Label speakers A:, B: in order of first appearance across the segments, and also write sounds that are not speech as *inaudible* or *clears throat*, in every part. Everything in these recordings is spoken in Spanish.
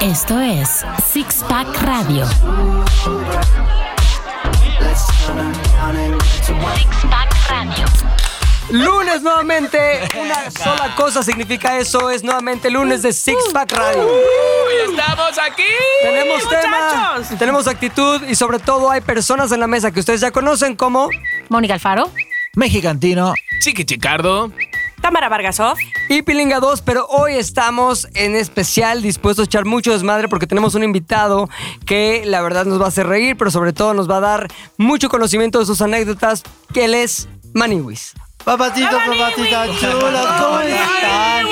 A: Esto es Six Pack Radio. Six Pack Radio.
B: Lunes nuevamente, una sola cosa significa eso, es nuevamente lunes de Six Pack Radio.
C: ¡Uy, estamos aquí!
B: Tenemos tema, tenemos actitud y sobre todo hay personas en la mesa que ustedes ya conocen como
A: Mónica Alfaro.
D: Mexicantino.
C: Chiqui Chicardo.
E: Tamara Vargasov.
B: y Pilinga 2, pero hoy estamos en especial dispuestos a echar mucho desmadre porque tenemos un invitado que la verdad nos va a hacer reír, pero sobre todo nos va a dar mucho conocimiento de sus anécdotas, que él es Maniwis.
D: Papacito, papacita chula, ¿cómo están?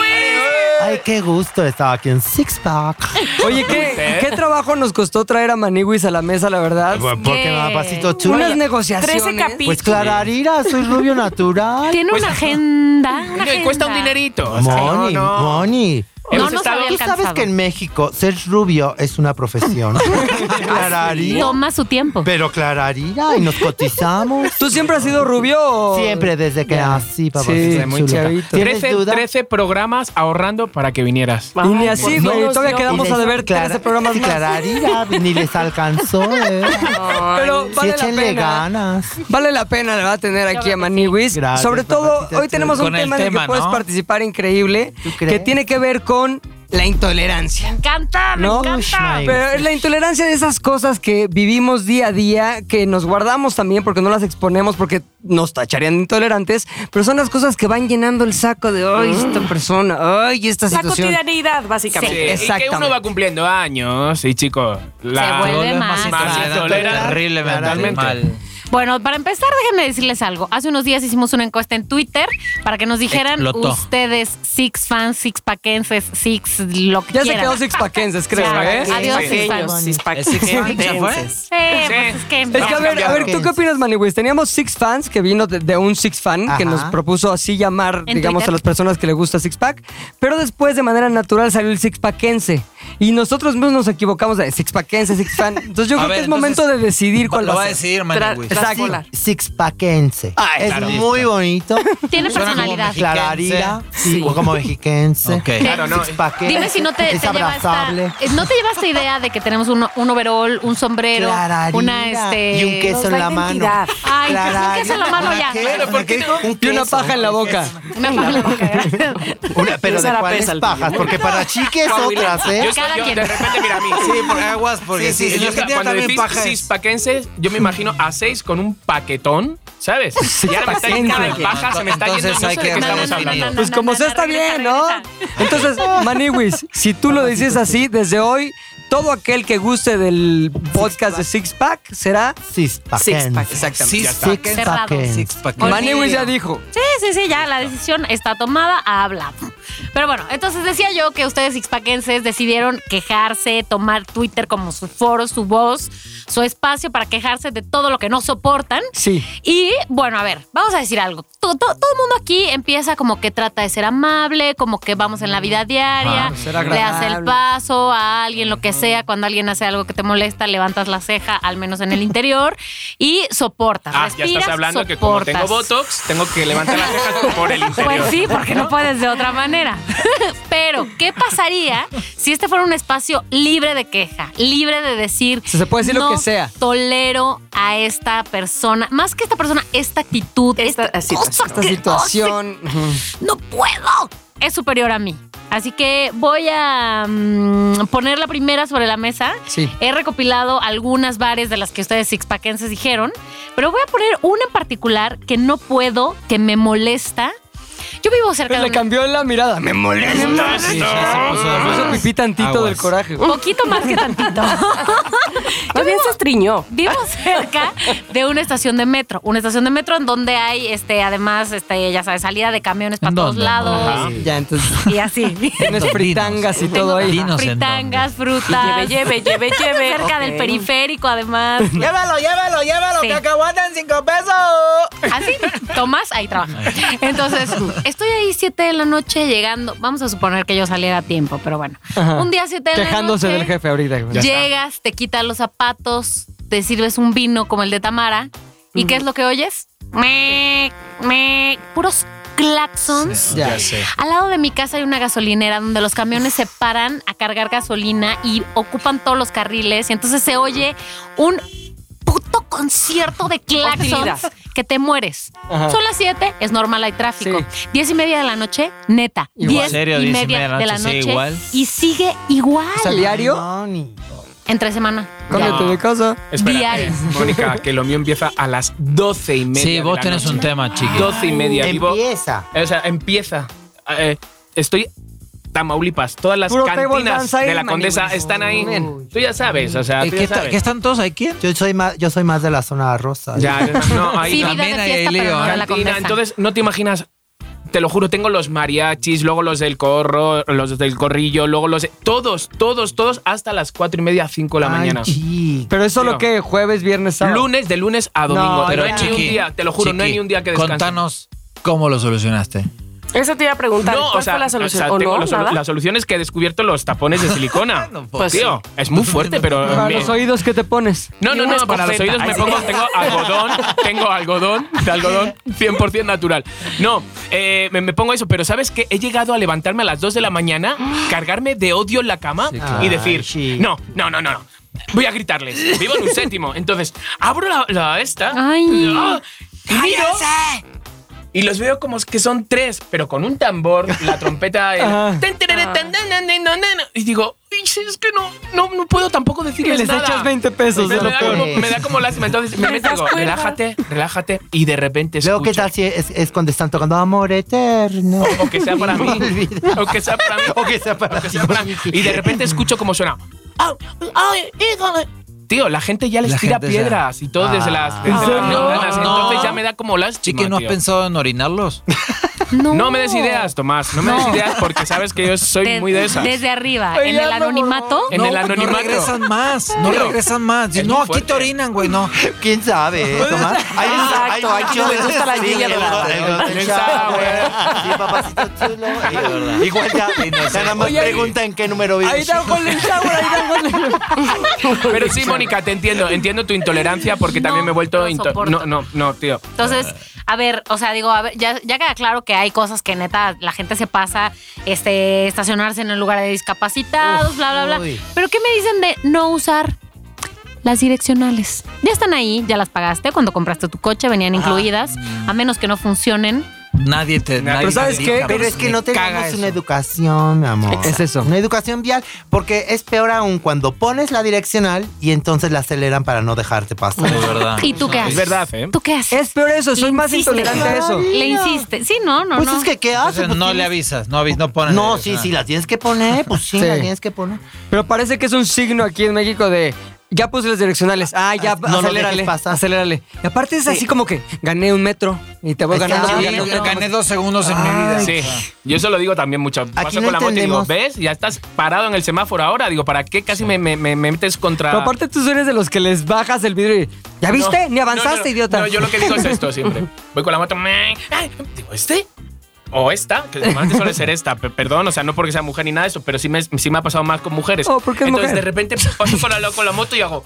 D: Ay, qué gusto estar aquí en Six Pack.
B: Oye, ¿qué, qué trabajo nos costó traer a Maniwis a la mesa, la verdad?
D: Porque papacito
B: Unas
D: chulo.
B: negociaciones.
D: Pues
E: 13 capítulos.
D: Clararira, soy rubio natural.
A: Tiene una agenda. una
C: Y cuesta un
A: agenda.
C: dinerito. O sea,
D: Moni,
C: no, no.
D: Moni.
A: No
C: Hemos
A: nos
C: estado-
A: había
D: Tú sabes
A: alcanzado.
D: que en México ser rubio es una *laughs* profesión. Clararira.
A: Toma su tiempo.
D: Pero clararira, y nos cotizamos.
B: ¿Tú siempre has sido rubio? o-
D: Siempre desde que
B: Ya.
D: nací, papá.
B: Sí, desde muy chavito.
D: ¿Tienes
C: 13,
D: duda?
C: 13 programas ahorrando para que vinieras.
B: Y ni así,
C: Pues no
B: güey.
C: los
B: todavía
C: veo.
B: quedamos
D: Y
B: a
D: les-
B: deber
D: Clara-
B: 13 programas
D: y
B: más.
D: Clararira ni les alcanzó, ¿eh?
B: *laughs* Pero
D: Sí,
B: vale la
D: échenle
B: pena. ¿eh?
D: ganas.
B: Vale la pena, la va a tener aquí a Maniwis.
D: Gracias,
B: Sobre todo,
D: papacita
B: hoy tenemos un
F: Con el
B: tema en el que
F: tema,
B: puedes
F: ¿no?
B: participar increíble,
D: ¿Tú crees?
B: que tiene que ver con la intolerancia.
A: Me encanta, Ah, me
B: ¿No?
A: encanta.
D: Ush, my-
B: Pero es la intolerancia de esas cosas que vivimos día a día, que nos guardamos también porque no las exponemos, porque nos tacharían de intolerantes, pero son las cosas que van llenando el saco de, ay, esta persona, ay, esta
E: La
B: situación.
E: cotidianidad,
C: Sí,
E: básicamente.
C: y que uno
B: exactamente.
C: va cumpliendo años y chico, la
A: Se vuelve
C: la-
A: más.
C: más
F: Claro,
C: intolerante.
F: terriblemente
C: Totalmente.
F: mal.
A: Bueno, para empezar, déjenme decirles algo. Hace unos días hicimos una encuesta en Twitter para que nos dijeran
F: Explotó.
A: ustedes, Six fans, Six paquenses, Six lo que
B: Ya se
A: quieran. *laughs*
B: quedó sixpaquenses, creo,
A: Ya,
B: ¿eh?
A: ya. Adiós,
C: Sí.
A: Six fans.
E: Pequeños,
A: Sí,
E: cis-
F: ¿El Six Flags ya
C: ¿eh?
F: fue?
E: paquetes.
A: pues es que...
B: Es que a
C: Vamos
B: ver, a ver, ¿tú
D: cambiando.
B: qué opinas, Maniwis? Teníamos Six Fans que vino de, de un Six Fan que
D: Ajá.
B: nos propuso así llamar,
A: ¿En
B: digamos,
A: Twitter?
B: a las personas que le gusta Six Pack, pero después de manera natural salió el Six Packense y nosotros mismos nos equivocamos de Six Packense, Six Fan. Entonces yo
F: *laughs* A
B: creo
F: ver,
B: que es
F: entonces,
B: momento de decidir cuál
F: Lo
B: va
F: va
B: a
F: a
B: ser.
F: decidir
E: Tra-
F: Maniwis.
E: tra-
D: Exacto.
E: Hola.
D: Sixpackense.
B: Ah,
D: es
B: claro. *laughs*
D: muy bonito.
A: Tiene
F: Suena como
A: personalidad.
F: mexicano.
D: Clararira, sí. o como mexiquense.
F: Ok. Claro,
C: no.
D: Sixpackense,
A: Dime si no te,
D: Es
A: te lleva esta,
D: abrazable.
A: eh, no te lleva esta idea de que tenemos un, un overall, un sombrero,
D: Clararira.
A: una este
D: Y un queso
E: Nos
D: en
E: da
D: la mano.
E: identidad.
A: Ay, pues, un queso en la mano
D: ¿Una
A: ya.
D: qué?
A: Bueno,
D: ¿Una qué? Un
B: Y una
D: queso,
B: paja en la
D: un
B: boca.
D: queso.
A: una *laughs* palabra.
D: Una, pero
E: Esa
D: de
E: la
D: cuáles
E: pesa el
D: pajas,
E: tuyo.
D: porque para chiques otras, ¿eh?
C: Yo,
A: Cada
C: yo-
A: quien.
C: de repente, mira a mí.
F: Sí, por aguas, porque
D: Sí,
F: sí,
D: sí,
F: en
D: sí,
C: Yo,
F: Argentina
C: cuando
F: también
C: decís
F: paja es.
C: cispaquenses, yo me imagino a seis con un paquetón, *laughs* ¿sabes? Y ahora me está yendo de
B: Cispaquense.
C: paja, se me está yendo,
F: Entonces
C: no
F: hay
C: sé de
F: que
C: qué
A: No, no,
C: estamos
A: no, no,
C: hablando.
A: no, no,
B: Pues
A: no,
B: como
A: no,
B: se
A: no,
B: está
A: regresa,
B: bien, ¿no?
A: regresa.
B: Entonces, Maniwis, si tú lo dices así, desde hoy, todo aquel que guste del podcast de Six Pack será
D: Sixpackense.
B: exactamente.
F: Six
D: Sixpackense.
A: Olvídalo.
B: Maniwis ya dijo.
A: Sí, sí, sí, ya la decisión está tomada, habla. Pero bueno, entonces decía yo que ustedes sixpaquenses decidieron quejarse, tomar Twitter como su foro, su voz, su espacio para quejarse de todo lo que no soportan.
B: Sí.
A: Y bueno, a ver, vamos a decir algo. To- to- Todo, el mundo aquí empieza como que trata de ser amable, como que vamos en la vida diaria,
B: Ah, ser
A: le hace el
B: agradable.
A: paso a alguien, lo que sea. Cuando alguien hace algo que te molesta, levantas la ceja, al menos en el interior, y soportas.
C: Ah, ya
A: respiras,
C: estás hablando que como
A: soportas.
C: tengo botox, tengo que levantar
A: *laughs*
C: las cejas por el interior.
A: Pues sí, porque no puedes de otra manera. *laughs* Pero, ¿qué pasaría si este fuera un espacio libre de queja? Libre de decir.
B: Se- se puede decir lo
A: "No
B: que sea".
A: Tolero a esta persona. Más que esta persona, esta actitud, esta,
E: Esta
A: cosa
E: situación.
B: Esta
A: que no
B: situación. ujú.
A: sé- No puedo. Es superior a mí. Así que voy a mm, poner la primera sobre la mesa.
B: Sí.
A: He recopilado algunas bares de las que ustedes sixpackenses dijeron, pero voy a poner una en particular que no puedo, que me molesta. Yo vivo cerca de
B: Le
A: una-
B: cambió la mirada. Me molesta.
F: sí, sí, se puso-
B: Me puso pipí tantito
F: Aguas.
B: del coraje.
A: Poquito más que tantito.
E: Más bien se estriñó.
A: Vivo *laughs* cerca de una estación de metro. Una estación de metro en donde hay, este, además, este, ya sabes, salida de camiones para
F: ¿En
A: todos
F: dónde,
A: lados.
F: amor?
B: Ya, entonces.
A: Y
E: *laughs*
A: así.
B: Tienes
F: Dinos.
B: fritangas y todo ahí.
F: Dinos en
A: Fritangas, frutas.
E: Lleve, *laughs* lleve, lleve, lleve.
A: *laughs* Cerca del
E: Ok.
A: periférico,
E: *laughs*
A: además.
F: Llévalo, llévalo, llévalo,
A: Sí.
F: cacahuatan cinco pesos.
A: Así, Tomás, ahí trabaja. Entonces, estoy ahí 7 de la noche llegando. Vamos a suponer que yo saliera a tiempo, pero bueno.
B: Ajá.
A: Un día 7 de la noche.
B: Quejándose del jefe ahorita. güey.
A: Llegas, te quitas los zapatos, te sirves un vino como el de Tamara. ¿Y qué es lo que oyes? Me, me, puros claxons.
B: Ya.
C: Ya sé.
A: Al lado de mi casa hay una gasolinera donde los camiones se paran a cargar gasolina y ocupan todos los carriles y entonces se oye un puto concierto de claxons
E: Hostilidad.
A: que te mueres.
B: Ajá.
A: Son las 7, es normal, hay tráfico. 10 y media de la noche, neta.
B: Igual.
A: 10
G: ¿En serio?
A: y
G: ¿Diez
A: media de la noche.
G: sí, igual?
A: Y sigue igual.
B: O sea, diario,
D: No, ni-
A: Entre semana.
B: cámbiate de casa.
C: Espérate,
A: Diario.
C: Mónica, que lo mío empieza a las doce y media.
G: Sí,
C: de
G: vos
C: la
G: tenés
C: noche.
G: un tema, chiqui.
C: Doce y media. vivo-
D: Empieza.
C: O sea, empieza. Eh, estoy Tamaulipas. Todas las
B: Puro table
C: cantinas
B: dance ahí,
C: de la
B: maní,
C: condesa
B: güey.
C: están ahí.
B: Bien.
C: Tú ya sabes, o sea,
G: Eh,
C: tú
G: ¿Qué,
C: ya
G: está-
C: sabes.
G: qué están todos ahí? ¿Quién?
D: Yo soy más, yo soy más de la zona rosa.
C: Ya, ya, no, ahí
A: Sí,
C: no.
A: vida de
G: También hay
A: fiesta, pero
G: lío,
A: no
G: ¿eh?
A: de la
C: Cantina,
A: condesa.
C: entonces no te imaginas. Te lo juro, tengo los mariachis, luego los del corro, los del corrillo, luego los. Todos, todos, todos, hasta las cuatro y media, cinco de la
D: Ay,
C: mañana.
D: chica.
B: Pero es solo
C: Tío.
B: que jueves, viernes, sábado.
C: Lunes, de lunes a domingo.
B: No,
C: pero no
B: ya.
C: hay ni un día, te lo juro, no hay
G: Chiqui,
C: ni un día que descanse.
G: Contanos cómo lo solucionaste.
E: Eso te iba a preguntar.
C: No,
E: ¿Cuál
C: o sea,
E: fue la
C: o
E: solución?
C: sea,
E: ¿O
C: tengo
E: no?
C: la, solu-
E: ¿Nada?
C: la solución es que he descubierto los tapones de silicona.
E: Pues
C: Tío, es muy fuerte, pero.
B: Para
C: me-
B: los oídos, ¿qué te pones?
C: no, no, no, para los
G: escopeta.
C: oídos me
G: Ay,
C: pongo, tengo algodón, tengo algodón, de algodón 100% natural. No, eh, me, me pongo eso, pero ¿sabes qué? He llegado a levantarme a las 2 de la mañana, cargarme de odio en la cama
D: claro.
C: y decir,
D: Ay, sí.
C: no, no, no, no, no, voy a gritarles, vivo en un séptimo. Entonces, abro la, la esta,
A: Ay.
C: ah, y miro, y los veo como que son tres, pero con un tambor, la trompeta. el
B: Ajá.
C: tan, tarara, tan, nan, nan, nan, nan, nan. Y digo, "Ay, sí, es que no, no, no puedo tampoco
B: Y
C: decirles
B: les
C: nada.
B: echas 20 pesos.
C: me,
B: es
C: me
B: lo
C: da
B: peor.
C: como, me da como lástima. Entonces me
E: ¿Te
C: meto y
E: das
C: digo,
E: cuenta?
C: relájate, relájate. Y de repente
D: Luego, ¿qué
C: escucho.
D: tal si es, es cuando están tocando
G: *laughs*
D: amor eterno? *laughs*
C: O que sea para mí.
D: Olvida.
C: O que sea para mí.
D: O que sea para
C: que sea para mí. Y de repente escucho cómo suena. "Au, ay, híjole". Tío, la gente ya les
G: La
C: tira
G: gente ya-
C: piedras y todo desde
D: Ah.
C: las, desde
B: ¿En
C: las
B: serio?
C: ventanas.
G: No.
C: Entonces ya me da como lástima.
G: Chiqui, ¿no has
C: tío.
G: pensado en orinarlos?
A: No.
C: No me des ideas, Tomás. No me des ideas porque sabes que yo soy
A: Des-
C: muy de esas.
A: Desde arriba,
B: Ay,
A: en
B: ya
A: el
B: no,
A: anonimato.
C: En el anonimato.
G: No regresan más, no
C: Pero-
G: regresan más.
C: Es
G: No,
C: muy
G: aquí te
C: fuerte.
G: orinan, güey, no.
D: ¿Quién sabe? eh, Tomás? Hay-
E: Exacto,
D: hay
E: aquí
D: muchos-
E: le gusta la
D: Sí,
E: guilla
D: el
E: dorada.
D: hotel- el hotel
C: El
D: shower.
C: shower.
D: Sí, papacito chulo. Y- Igual ya, ya nada más
B: Oye, ahí-
D: preguntan qué número
B: Ahí
D: vive.
B: está Golden Shower, ahí está Golden
C: Pero sí, Mónica, te entiendo. Entiendo tu intolerancia porque también
A: No,
C: me he vuelto.
A: no
C: into-
A: soporto.
C: no, no, no, tío.
A: Entonces, a ver, o sea, digo, a ver, ya, ya queda claro que hay cosas que neta la gente se pasa, este, estacionarse en el lugar de discapacitados, bla, bla, bla.
D: uy.
A: Pero ¿qué me dicen de no usar las direccionales? Ya están ahí, ya las pagaste cuando compraste tu coche, venían incluidas, a menos que no funcionen.
G: Nadie te.
C: Nah,
G: nadie
B: pero
G: te
B: ¿sabes
G: grita,
B: qué?
G: güey.
D: Pero es que
G: Me
D: no
G: caga
D: tenemos
G: eso.
D: una educación, mi amor.
B: Es eso.
D: Una educación vial. Porque es peor aún cuando pones la direccional y entonces la aceleran para no dejarte pasar.
G: De verdad.
A: ¿Y tú qué haces?
C: Ah, Es verdad, ¿eh?
A: ¿Tú qué haces?
B: Es peor eso, soy más
A: Insiste.
B: intolerante a eso.
A: Le insiste. Sí, no, no,
D: pues
A: no.
D: es que, ¿qué haces?
G: Entonces, no le avisas, no, avis- no pones.
D: No,
G: la
D: sí,
G: dirección.
D: sí, la tienes que poner. Pues sí,
B: Sí.
D: la tienes que poner.
B: Pero parece que es un signo aquí en México de. Ya puse las direccionales. Ah, ya,
D: No lo
B: acelérale.
D: dejes pasar.
B: Acelérale. Y aparte es así como que gané un metro y te voy
D: Es que
B: ganando.
D: no,
B: y ganando.
G: Sí, gané dos segundos en mi vida.
C: Sí, yo eso lo digo también mucho. Paso
D: no
C: con la moto y digo,
D: entendemos.
C: ¿ves? Ya estás parado en el semáforo ahora. Digo, ¿para qué casi me, me- me- me metes contra.?
B: Pero aparte tú eres de los que les bajas el vidrio y. ¿Ya
C: No,
B: viste? Ni
C: no,
B: avanzaste,
C: no, no.
B: idiota.
C: No,
B: *laughs*
C: yo lo que digo es esto siempre. Voy con la moto. me- ay, Digo, ¿este? O esta, que normalmente suele ser esta, pe- perdón, o sea, no porque sea mujer ni nada de eso, pero sí me, sí me ha pasado más con mujeres.
B: Oh, ¿por qué es
C: Entonces
B: mujer?
C: de repente paso con la, con la moto y hago.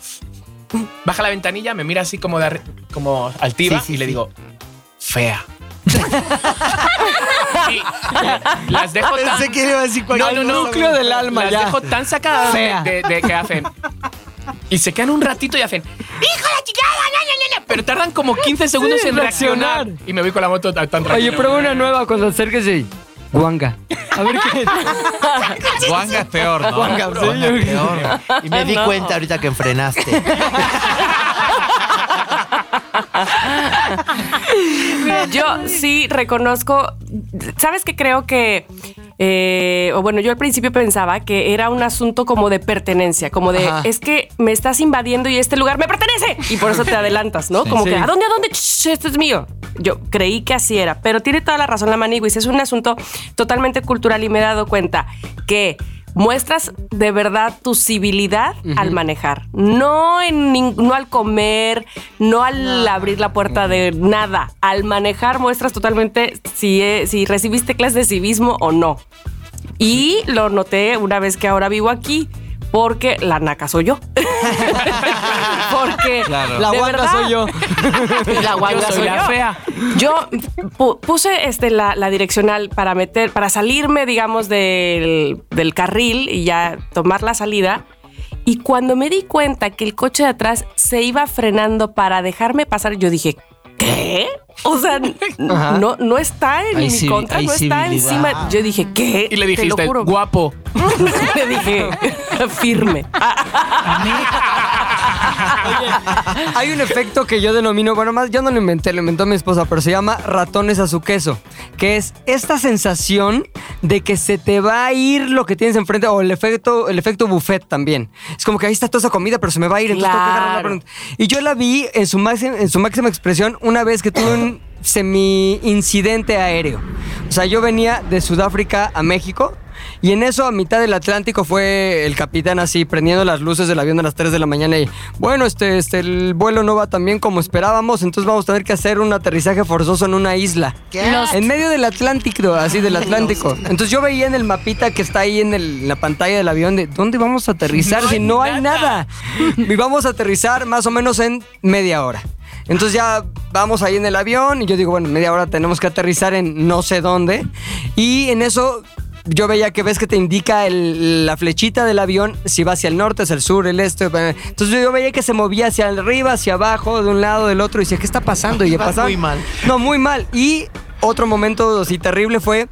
C: Baja la ventanilla, me mira así como, de arri- como altiva
D: Sí, sí,
C: y le
D: sí.
C: digo,
B: *laughs*
C: fea. Y las dejo tan,
D: quiere decir
B: Al núcleo del alma,
C: las
B: ya.
C: dejo tan sacadas
B: Fea.
C: de, de- de que hacen. Y se quedan un ratito y hacen. ¡Hijo de la chingada! ña, ña, ña, ña", Pero tardan como 15 segundos
B: Sí,
C: en reaccionar.
B: reaccionar.
C: Y me voy con la moto tan tan
B: Oye,
C: tranquilo.
B: prueba una nueva cuando acerques y. Guanga. A ver qué.
G: Guanga es peor, ¿no?
B: Guanga, sí,
G: Guanga
B: yo-
G: es peor.
D: Y me di cuenta ahorita que frenaste.
E: *laughs* Mira, yo sí reconozco, ¿sabes qué creo que... eh, o bueno, yo al principio pensaba que era un asunto como de pertenencia, como de
B: Ajá.
E: es que me estás invadiendo y este lugar me pertenece y por eso te adelantas, ¿no? como
B: Sí.
E: que a dónde, a dónde, Shh, esto es mío. Yo creí que así era, pero tiene toda la razón la maniguis. Es un asunto totalmente cultural y me he dado cuenta que muestras de verdad tu civilidad al manejar, no en nin- no al comer, no al abrir la puerta de nada, al manejar muestras totalmente si eh, si recibiste clases de civismo o no. Y lo noté una vez que ahora vivo aquí. porque la naca soy yo. *laughs* porque
G: Claro.
B: La
E: de
B: guanga
E: verdad,
B: soy yo.
E: la guanga
C: *laughs* Yo soy
E: soy
C: la
E: yo.
C: fea.
E: Yo pu- puse este, la, la direccional para meter, para salirme, digamos, del, del carril y ya tomar la salida. Y cuando me di cuenta que el coche de atrás se iba frenando para dejarme pasar, yo dije, ¿qué? O
G: *laughs*
E: sea, n-
B: Ajá.
E: no, no está en
G: Hay
E: mi
G: civi-
E: contra,
G: hay
E: no está
G: civilidad.
E: encima. Yo dije, ¿qué?
C: Y le
E: Te lo
C: dijiste,
E: juro.
C: guapo.
E: *laughs* le dije, *laughs* firme.
C: Ah,
B: *laughs* Hay un efecto que yo denomino, bueno, más yo no lo inventé, lo inventó mi esposa, pero se llama ratones a su queso, que es esta sensación de que se te va a ir lo que tienes enfrente, o el efecto, el efecto buffet también. Es como que ahí está toda esa comida, pero se me va a ir, entonces tengo que agarrar la
E: Claro.
B: pronto. Y yo la vi en su, máxima, en su máxima expresión una vez que tuve un semi-incidente aéreo. O sea, yo venía de Sudáfrica a México. Y en eso, a mitad del Atlántico, fue el capitán así, prendiendo las luces del avión a las 3 de la mañana y, bueno, este, este, el vuelo no va tan bien como esperábamos, entonces vamos a tener que hacer un aterrizaje forzoso en una isla.
A: Los-
B: En medio del Atlántico, así del Atlántico. Entonces yo veía en el mapita que está ahí en, el- la pantalla del avión de dónde vamos a aterrizar si no hay nada. Y vamos a aterrizar más o menos en media hora. Entonces ya vamos ahí en el avión y yo digo, bueno, media hora tenemos que aterrizar en no sé dónde. Y en eso yo veía que ves que te indica el- la flechita del avión si va hacia el norte, hacia el sur, el este. eh. Entonces yo veía que se movía hacia arriba, hacia abajo, de un lado, del otro. Y decía, ¿qué está pasando? Y
D: Vas
B: pasaba-
D: muy mal.
B: No, muy mal. Y otro momento así terrible fue...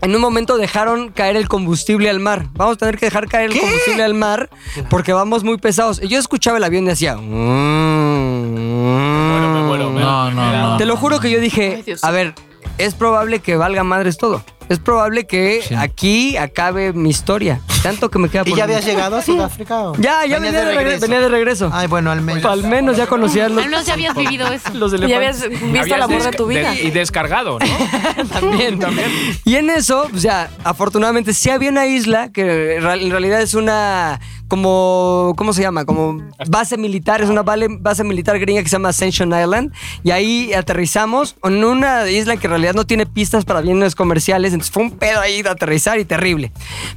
B: En un momento dejaron caer el combustible al mar. Vamos a tener que dejar caer el combustible al mar porque vamos muy pesados. Y yo escuchaba el avión y decía... "Mm,
C: Bueno, me muero, me-
G: No, no, no.
B: Te lo juro que yo dije, a ver, es probable que valga madres todo. Es probable que
G: Sí.
B: aquí acabe mi historia. Tanto que me queda por
D: ¿Y ya
B: vivir.
D: habías llegado a Sudáfrica? o?
B: Ya, ya
D: Venías
B: venía de, regre- venía de regreso.
D: Ay, bueno, al menos.
B: Al menos ya conocías los,
A: Al menos ya habías vivido eso.
B: los
E: ya
B: elefantes.
E: habías visto
C: Habías
E: el amor de
C: desca-
E: tu vida.
C: de- y
E: *laughs*
C: descargado, ¿no?
B: también. Y en eso, o sea, afortunadamente sí había una isla que en real- en realidad es una como ¿cómo se llama? Como base militar, es una vale- base militar gringa que se llama Ascension Island y ahí aterrizamos en una isla que en realidad no tiene pistas para aviones comerciales, entonces fue un pedo ahí de aterrizar y terrible.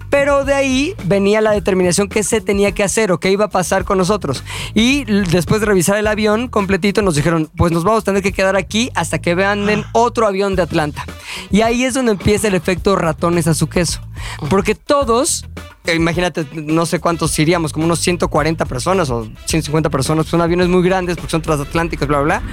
B: Pero de ahí venía la determinación que se tenía que hacer o qué iba a pasar con nosotros. Y l- después de revisar el avión completito nos dijeron, pues nos vamos a tener que quedar aquí hasta que vean en otro avión de Atlanta. Y ahí es donde empieza el efecto ratones a su queso. Porque todos, eh, imagínate, no sé cuántos iríamos, como unos 140 personas o 150 personas, pues son aviones muy grandes porque son transatlánticos, bla, bla. bla.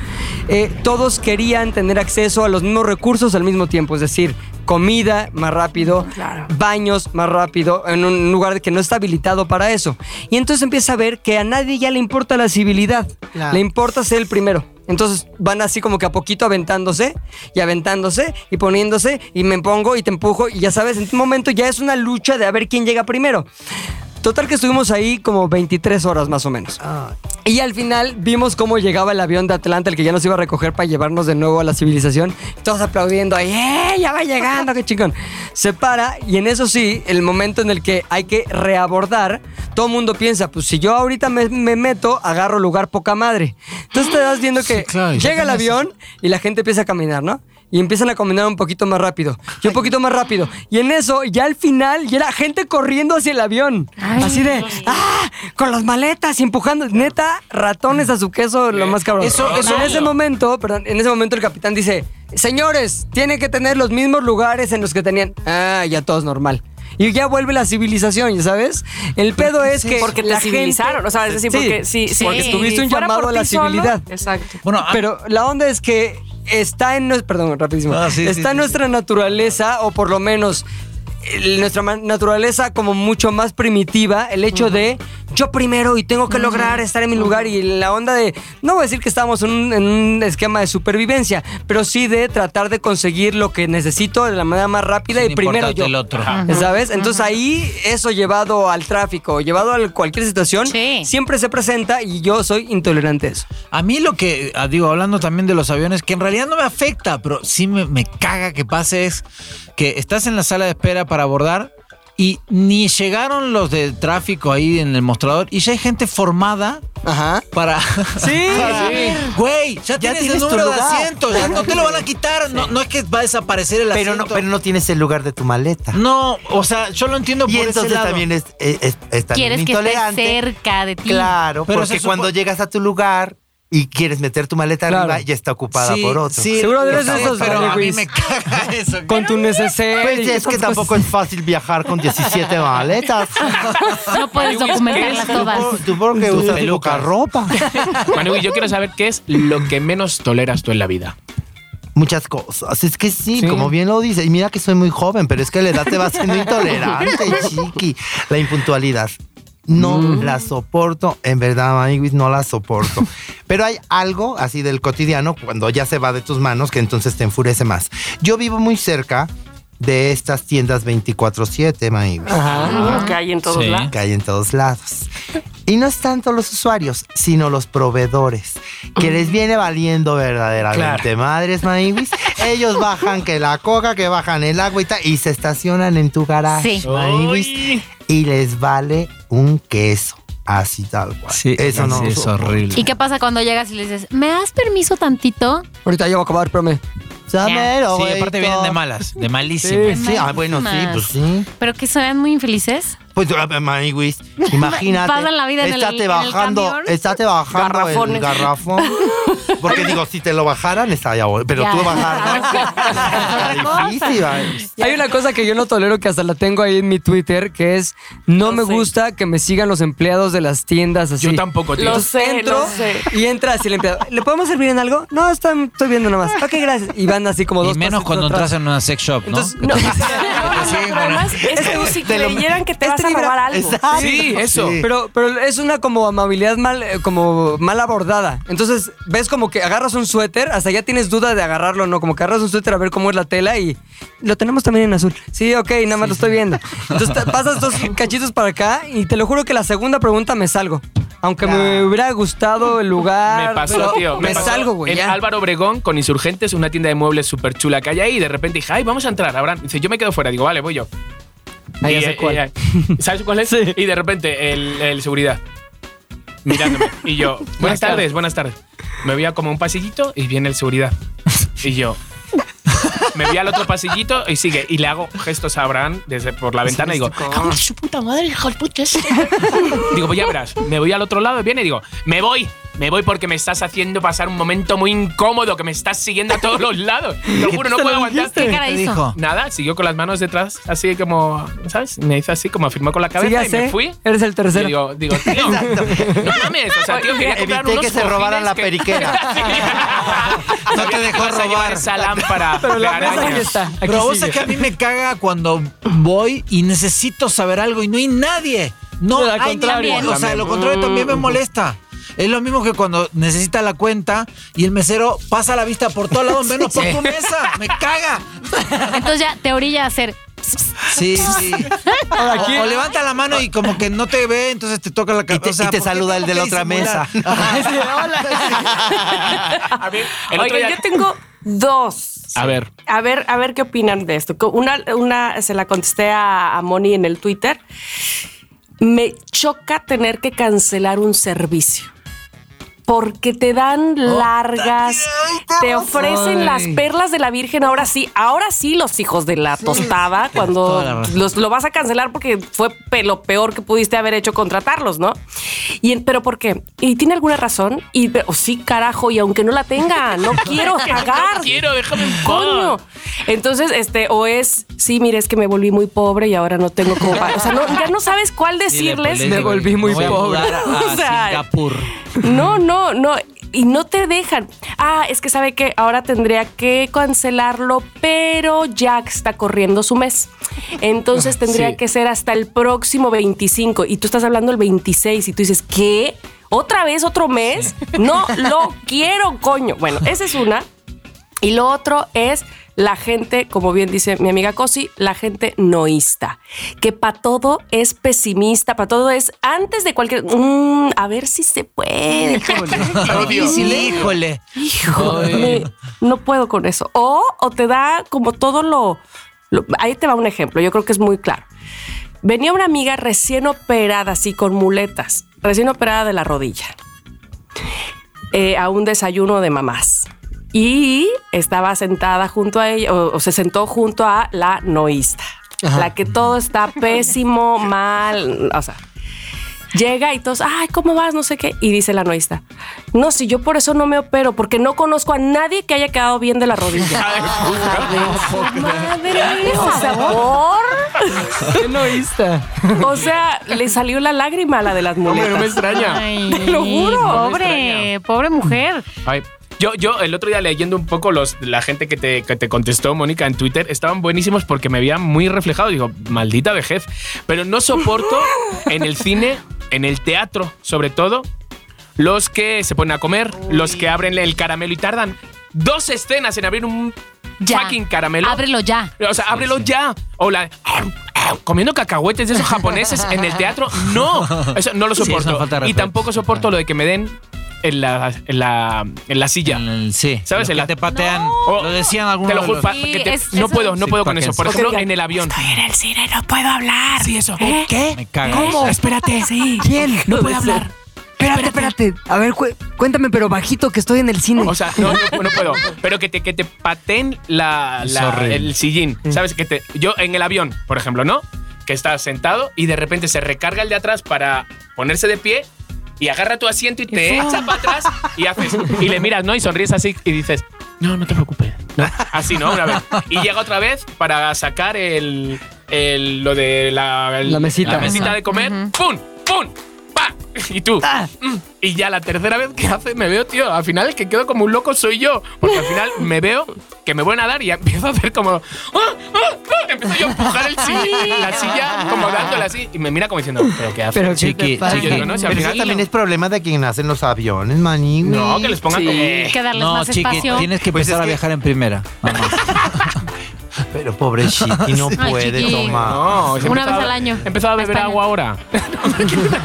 B: Eh, todos querían tener acceso a los mismos recursos al mismo tiempo, es decir, comida más rápido,
E: Claro.
B: baños más rápido, en un lugar que no está habilitado para eso. Y entonces empieza a ver que a nadie ya le importa la civilidad,
D: Claro.
B: le importa ser el primero. Entonces van así como que a poquito aventándose y aventándose y poniéndose y me pongo y te empujo y ya sabes, en un momento ya es una lucha de a ver quién llega primero. Total que estuvimos ahí como 23 horas más o menos. Y al final vimos cómo llegaba el avión de Atlanta, el que ya nos iba a recoger para llevarnos de nuevo a la civilización. Todos aplaudiendo ahí, ¡eh! Ya va llegando, qué chingón. Se para y en eso sí, el momento en el que hay que reabordar, todo el mundo piensa, pues si yo ahorita me, me meto, agarro lugar poca madre. Entonces te das viendo que
G: claro, y ya
B: llega el
G: tenías-
B: avión y la gente empieza a caminar, ¿no? Y empiezan a caminar un poquito más rápido. Y un poquito más rápido. Y en eso, ya al final, ya era gente corriendo hacia el avión. así de, ¡ah! Con las maletas y empujando. Neta, ratones a su queso, lo más cabrón.
G: Eso-
B: Y En ese momento, perdón, en ese momento el capitán dice: Señores, tienen que tener los mismos lugares en los que tenían. Ah, ya todo es normal. Y ya vuelve la civilización, ¿ya sabes? El pedo es que.
E: Porque te
B: la gente-
E: civilizaron, o sea, es decir,
B: Sí,
E: porque si, si-
B: porque
E: si
B: tuviste un
E: fuera
B: llamado
E: por
B: a la
E: ti solo,
B: civilidad.
E: exacto.
G: Bueno, a-
B: Pero la onda es que está en nuestra. Perdón, rapidísimo.
G: Ah, sí,
B: está
G: sí,
B: en
G: sí.
B: nuestra naturaleza, o por lo menos el- nuestra ma- naturaleza como mucho más primitiva, el hecho de yo primero y tengo que lograr estar en mi lugar. Y la onda de. No voy a decir que estamos en un, en un esquema de supervivencia, pero sí de tratar de conseguir lo que necesito de la manera más rápida
G: sin
B: y primero
G: importarte
B: yo.
G: el otro.
B: ¿Sabes? Entonces ahí eso llevado al tráfico, llevado a cualquier situación,
A: Sí.
B: siempre se presenta y yo soy intolerante a eso.
G: A mí lo que, ah, digo, hablando también de los aviones, que en realidad no me afecta, pero sí me, me caga que pase es que estás en la sala de espera para abordar Y ni llegaron los de tráfico ahí en el mostrador y ya hay gente formada
B: Ajá.
G: para.
B: Sí.
C: Ah,
G: Güey, ya, tienes,
D: tienes
G: el
D: tu
G: número de
D: lugar.
G: asiento, ya no te lo van a quitar. No, no es que va a desaparecer el
D: Pero no,
G: asiento.
D: pero no tienes el lugar de tu maleta.
G: No, o sea, yo lo entiendo
D: Y
G: por ese
D: entonces
G: lado.
D: también es, es, es- es también
A: Quieres que esté
D: intolerante.
A: cerca de ti.
D: Claro,
G: Pero se
D: porque
G: supo-
D: cuando llegas a tu lugar y quieres meter tu maleta
B: Claro.
D: arriba, ya está ocupada
G: Sí,
D: por otro.
G: sí,
B: Seguro
G: lo
B: eres de
G: sé,
B: esos
G: pero a mí
B: maniquís.
G: me caga *laughs* eso.
B: Con tu necesidad.
D: Pues es que tampoco es fácil viajar con 17 maletas.
A: No puedes documentarlas
D: Tú
A: todas.
D: por- Tú porque usas tu
C: pelucas.
D: poca ropa.
C: Manu, y yo quiero saber qué es lo que menos toleras tú en la vida.
D: Muchas cosas. Es que sí,
C: Sí.
D: como bien lo dice. Y mira que soy muy joven, pero es que la edad te va haciendo intolerante, chiqui. La impuntualidad. No la soporto, en verdad, amiguis, no la soporto. Pero hay algo así del cotidiano, cuando ya se va de tus manos, que entonces te enfurece más. Yo vivo muy cerca de estas tiendas 24-7, amiguis.
E: Lo que hay en todos
C: Sí.
E: lados.
D: que hay en todos lados. Y no es tanto los usuarios, sino los proveedores, que les viene valiendo verdaderamente madres, maíbis. Ellos bajan que la coca, que bajan el agua y tal, y se estacionan en tu garaje,
A: Sí.
D: maíbis,
C: Ay.
D: y les vale un queso, así tal cual. Eso no.
G: es horrible.
A: ¿Y qué pasa cuando llegas y le dices, ¿me das permiso tantito?
B: Ahorita ya voy a acabar, prome.
D: Samero,
G: Sí,
D: güey,
G: aparte vienen de
D: todo.
G: malas, de
D: Sí,
G: malísimas.
D: sí, ah, bueno, sí, pues sí.
A: Pero que se vean muy infelices.
D: Pues, ah, maíbis, imagínate.
A: Pasan la vida en el- en
D: estate
A: el
D: bajando,
A: camión.
D: estate bajando
E: Garrafones.
D: el garrafón. Porque digo, si te lo bajaran, está ya, bueno, pero
A: Ya.
D: tú
A: *laughs*
D: bajar.
A: Otra cosa.
D: ¿no? difícil, ¿eh? ay.
B: Hay una cosa que yo no tolero que hasta la tengo ahí en mi Twitter, que es no me
E: sé.
B: gusta que me sigan los empleados de las tiendas así.
C: Yo tampoco, tío.
E: Lo sé,
B: Entro
E: lo sé.
B: y entra así el empleado. ¿Le podemos servir en algo? No, está- estoy viendo nomás. Ok, gracias. Y van así como dos.
G: Y menos
B: pasitos
G: cuando
B: atrás.
G: entras en una sex shop, ¿no?
B: Entonces,
E: *laughs*
G: Que te- que te siguen con el-
E: Además, es como si
D: te lo-
E: creyeran que te
B: este
E: vas a
B: libro-
E: robar algo.
D: Exacto.
C: Sí, eso.
D: Sí.
B: Pero, pero es una como amabilidad mal, eh, como mal abordada. Entonces, ves como que agarras un suéter, hasta ya tienes duda de agarrarlo o no. Como que agarras un suéter a ver cómo es la tela y lo tenemos también en azul. Sí, ok, nada más lo estoy viendo. *laughs* Entonces, te- pasas dos cachitos para acá y te lo juro que la segunda pregunta me salgo. Aunque me hubiera gustado el lugar.
C: Me pasó,
B: pero
C: tío.
B: Me,
C: pasó
B: salgo, güey.
C: En
B: ya.
C: Álvaro Obregón, con Insurgentes, una tienda de muebles súper chula que hay ahí. Y de repente dije, ay, vamos a entrar, Abraham. Dice, yo me quedo fuera. Digo, vale, voy yo.
B: Ah,
C: Y-
B: ya sé
C: y-
B: cuál.
C: y- ¿Sabes
B: *laughs*
C: cuál es? Y de repente, el, el seguridad. Mirándome.
B: *laughs*
C: Y yo, buenas tardes, buenas tardes. Me voy a como un pasillito y viene el seguridad. Y yo... Me voy al otro pasillito y sigue. Y le hago gestos a Abraham desde por la ventana y digo, "Cago en su puta madre, hijo de puta ese". *laughs* Digo, pues ya verás, me voy al otro lado y viene y digo, me voy, me voy porque me estás haciendo pasar un momento muy incómodo, que me estás siguiendo a todos
B: *laughs*
C: los lados. Te lo juro, no puedo aguantar.
A: ¿Qué cara
G: Te
A: hizo?
G: dijo.
C: Nada, siguió con las manos detrás, así como, ¿sabes? Me hizo así, como afirmó con la
B: Sí,
C: cabeza
B: ya
C: y
B: sé.
C: me fui.
B: Eres el
C: Y
B: tercero.
C: digo, digo, tío, no mames, o sea, tío, quería comprar
D: Evité
C: unos
D: que se
C: cojines
D: robaran la
C: que- *laughs*
D: periquera.
C: Sí.
G: No te
C: Sabía que
G: dejó
C: ibas a llevar
G: robar.
C: esa lámpara
B: Pero
C: de
B: la mesa
C: araña.
B: aquí está. Aquí
G: Pero vos
B: sigue.
G: sabés que a mí me caga cuando voy y necesito saber algo y no hay nadie. No,
B: Pero al
G: hay
B: contrario.
G: nadie. O sea, lo
D: Mm,
G: contrario también me molesta. Es lo mismo que cuando necesita la cuenta y el mesero pasa la vista por todos lados
D: *laughs*
G: menos por tu mesa. Me caga.
A: Entonces ya te orilla a hacer.
G: Sí, sí.
B: Ahora, ¿quién-
G: O, o levanta la mano y como que no te ve, entonces te toca la
D: Y te,
G: cabeza.
D: y te saluda el de la otra mesa.
C: *laughs*
D: *laughs*
C: A ver, el otro
E: Oigan,
C: día-
E: yo tengo dos.
C: A ver.
E: A ver, a ver qué opinan de esto. Una, una se la contesté a, a Moni en el Twitter. Me choca tener que cancelar un servicio. Porque te
C: Oh,
E: dan largas, te ofrecen las perlas de la Virgen. Ahora sí, ahora sí, los hijos de la tostada,
G: toda la
E: cuando
G: razón.
E: los, lo vas a cancelar porque fue pe- lo peor que pudiste haber hecho contratarlos, ¿no? Y en- pero ¿por qué? ¿Y tiene alguna razón? Y pero, sí, carajo, y aunque no la
C: *laughs*
E: tenga, no quiero pagar.
C: No quiero, déjame en paz.
E: Coño. Entonces, este, o es, sí, mire, es que me volví muy pobre y ahora no tengo como para. O sea, no, ya no sabes cuál decirles.
B: Me volví muy pobre.
G: *laughs*
E: O sea, No, no, no. Y no te dejan. Ah, es que sabe que ahora tendría que cancelarlo, pero Jack está corriendo su mes. Entonces tendría
B: sí.
E: que ser hasta el próximo 25. Y tú estás hablando el 26 y tú dices, ¿qué? ¿Otra vez otro mes? No lo quiero, coño. Bueno, esa es una. Y lo otro es la gente, como bien dice mi amiga Cosi, la gente noísta, que para todo es pesimista, para todo es antes de cualquier... "Mm, a ver si se puede.
G: Híjole.
E: Hijo, me- no puedo con eso. O, o te da como todo lo, lo- Ahí te va un ejemplo, yo creo que es muy claro. Venía una amiga recién operada, así con muletas, recién operada de la rodilla, eh, a un desayuno de mamás. Y estaba sentada junto a ella, o, o se sentó junto a la noísta, la que todo está pésimo, mal, o sea, Llega y todos, ay, ¿cómo vas? No sé qué. Y dice la noísta, no, si yo por eso no me opero, porque no conozco a nadie que haya quedado bien de la rodilla. Madre, o sea, ¿por?
B: ¿Qué noísta?
E: O sea, le salió la lágrima a la de las
C: Hombre, no me
E: muletas.
C: extraña.
A: Ay,
E: Te lo juro.
A: Pobre, pobre mujer.
C: Ay, Yo, yo el otro día leyendo un poco los, la gente que te, que te contestó, Mónica, en Twitter, estaban buenísimos porque me veían muy reflejado. Digo, maldita vejez. Pero no soporto en el cine, en el teatro, sobre todo, los que se ponen a comer, los que abren el caramelo y tardan dos escenas en abrir un
A: Ya.
C: fucking caramelo.
A: Ábrelo ya.
C: O sea, ábrelo ya. O la. au, au, Comiendo cacahuetes de esos japoneses en el teatro, no. Eso no lo
F: Sí, es una
C: soporto.
F: falta de
C: y
F: respeto.
C: tampoco soporto lo de que me den en la, en la, en la silla.
F: En
G: Mm,
F: el- sí.
C: ¿Sabes?
F: Los
C: El
F: que
C: la-
F: te patean.
C: Oh,
F: lo decían algunos.
C: Te lo
F: de
C: juro,
F: los-
C: pa-
A: Sí,
C: que te-
A: es-
C: no
A: eso-
C: puedo, no puedo con eso. Por
E: Ok,
C: ejemplo,
E: digan,
C: en el avión.
E: Estoy en el cine, no puedo hablar. ¿Eh?
C: Sí, eso.
B: ¿Qué?
F: Me caga. ¿Cómo?
B: Espérate. ¿Quién? No puede hablar. Espérate, espérate. A ver, cu- cuéntame, pero bajito, que estoy en el cine.
C: O sea, no, no, no puedo. Pero que te, que te pateen la,
F: Es
C: la-
F: horrible.
C: el sillín. ¿Sabes? Que te, yo en el avión, por ejemplo, ¿no? Que estás sentado y de repente se recarga el de atrás para ponerse de pie y agarra tu asiento y te echa para atrás y haces. Y le miras, ¿no? Y sonríes así y dices, no, no te preocupes. ¿no? Así, ¿no? Una vez. Y llega otra vez para sacar el. el- lo de la, el-
B: La mesita.
C: la mesita
B: Ajá.
C: de comer. ¡Pum! ¡Pum! ¡Pa! Y tú. Mm. Y ya la tercera vez que hace, me veo, tío. Al final, el que quedo como un loco soy yo. Porque al final me veo que me voy a nadar y ya *laughs* empiezo a hacer como. ¡Ah, ah, ah! Empiezo yo a empujar el sillín, la silla, como dándole así. Y me mira como diciendo, ¿pero qué haces?
B: pero ¿qué
F: Chiqui,
B: te pasa?
C: chiqui, yo no sé. al
D: Pero eso
C: final-
D: también es problema de quien hacen los aviones, maní.
C: No, que les pongan como.
A: Hay que darles
F: No,
A: más
F: chiqui,
A: espacio.
F: tienes que
D: Pues es
F: empezar a
D: que-
F: viajar en primera.
C: Ah,
F: Vamos.
D: Pero pobre Chiqui no
A: *laughs* Ay,
D: puede
A: Chiqui.
D: tomar.
C: No, se
A: Una
C: empezaba-
A: vez al año.
C: Empezaba a
A: A
C: beber
A: España.
C: agua ahora.
B: *laughs*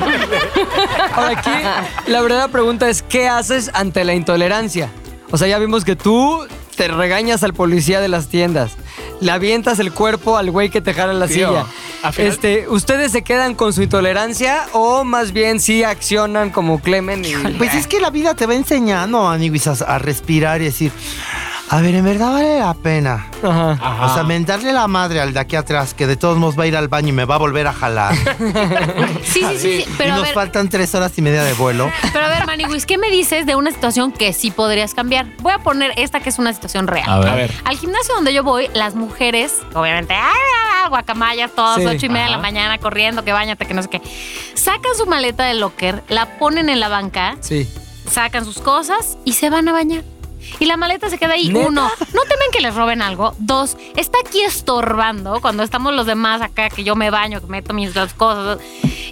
B: Ahora aquí, la verdadera pregunta es, ¿qué haces ante la intolerancia? O sea, ya vimos que tú te regañas al policía de las tiendas. Le avientas el cuerpo al güey que te jala la
C: Tío,
B: silla.
C: al final-
B: Este, ¿Ustedes se quedan con su intolerancia o más bien sí accionan como Clemen? Y...
D: Pues es que la vida te va enseñando, amiguis, a, a respirar y decir, a ver, en verdad vale la pena.
B: Ajá.
D: O sea, mentarle la madre al de aquí atrás, que de todos modos va a ir al baño y me va a volver a jalar.
A: sí, sí, sí, sí.
D: y
A: *laughs* Pero a
D: nos
A: ver,
D: faltan tres horas y media de vuelo.
A: pero a ver, Maniwis, ¿qué me dices de una situación que sí podrías cambiar? Voy a poner esta que es una situación real.
F: A ver.
C: A ver.
A: Al gimnasio donde yo voy, las mujeres, obviamente, ¡ay, ay, ay! guacamayas, todas
B: Sí.
A: ocho y media de la
C: Ajá.
A: mañana corriendo, que bañate, que no sé qué. Sacan su maleta del locker, la ponen en la banca,
B: Sí.
A: sacan sus cosas y se van a bañar. Y la maleta se queda ahí.
B: ¿Neta?
A: Uno, no temen que les roben algo. Dos, está aquí estorbando cuando estamos los demás acá, que yo me baño, que meto mis dos cosas.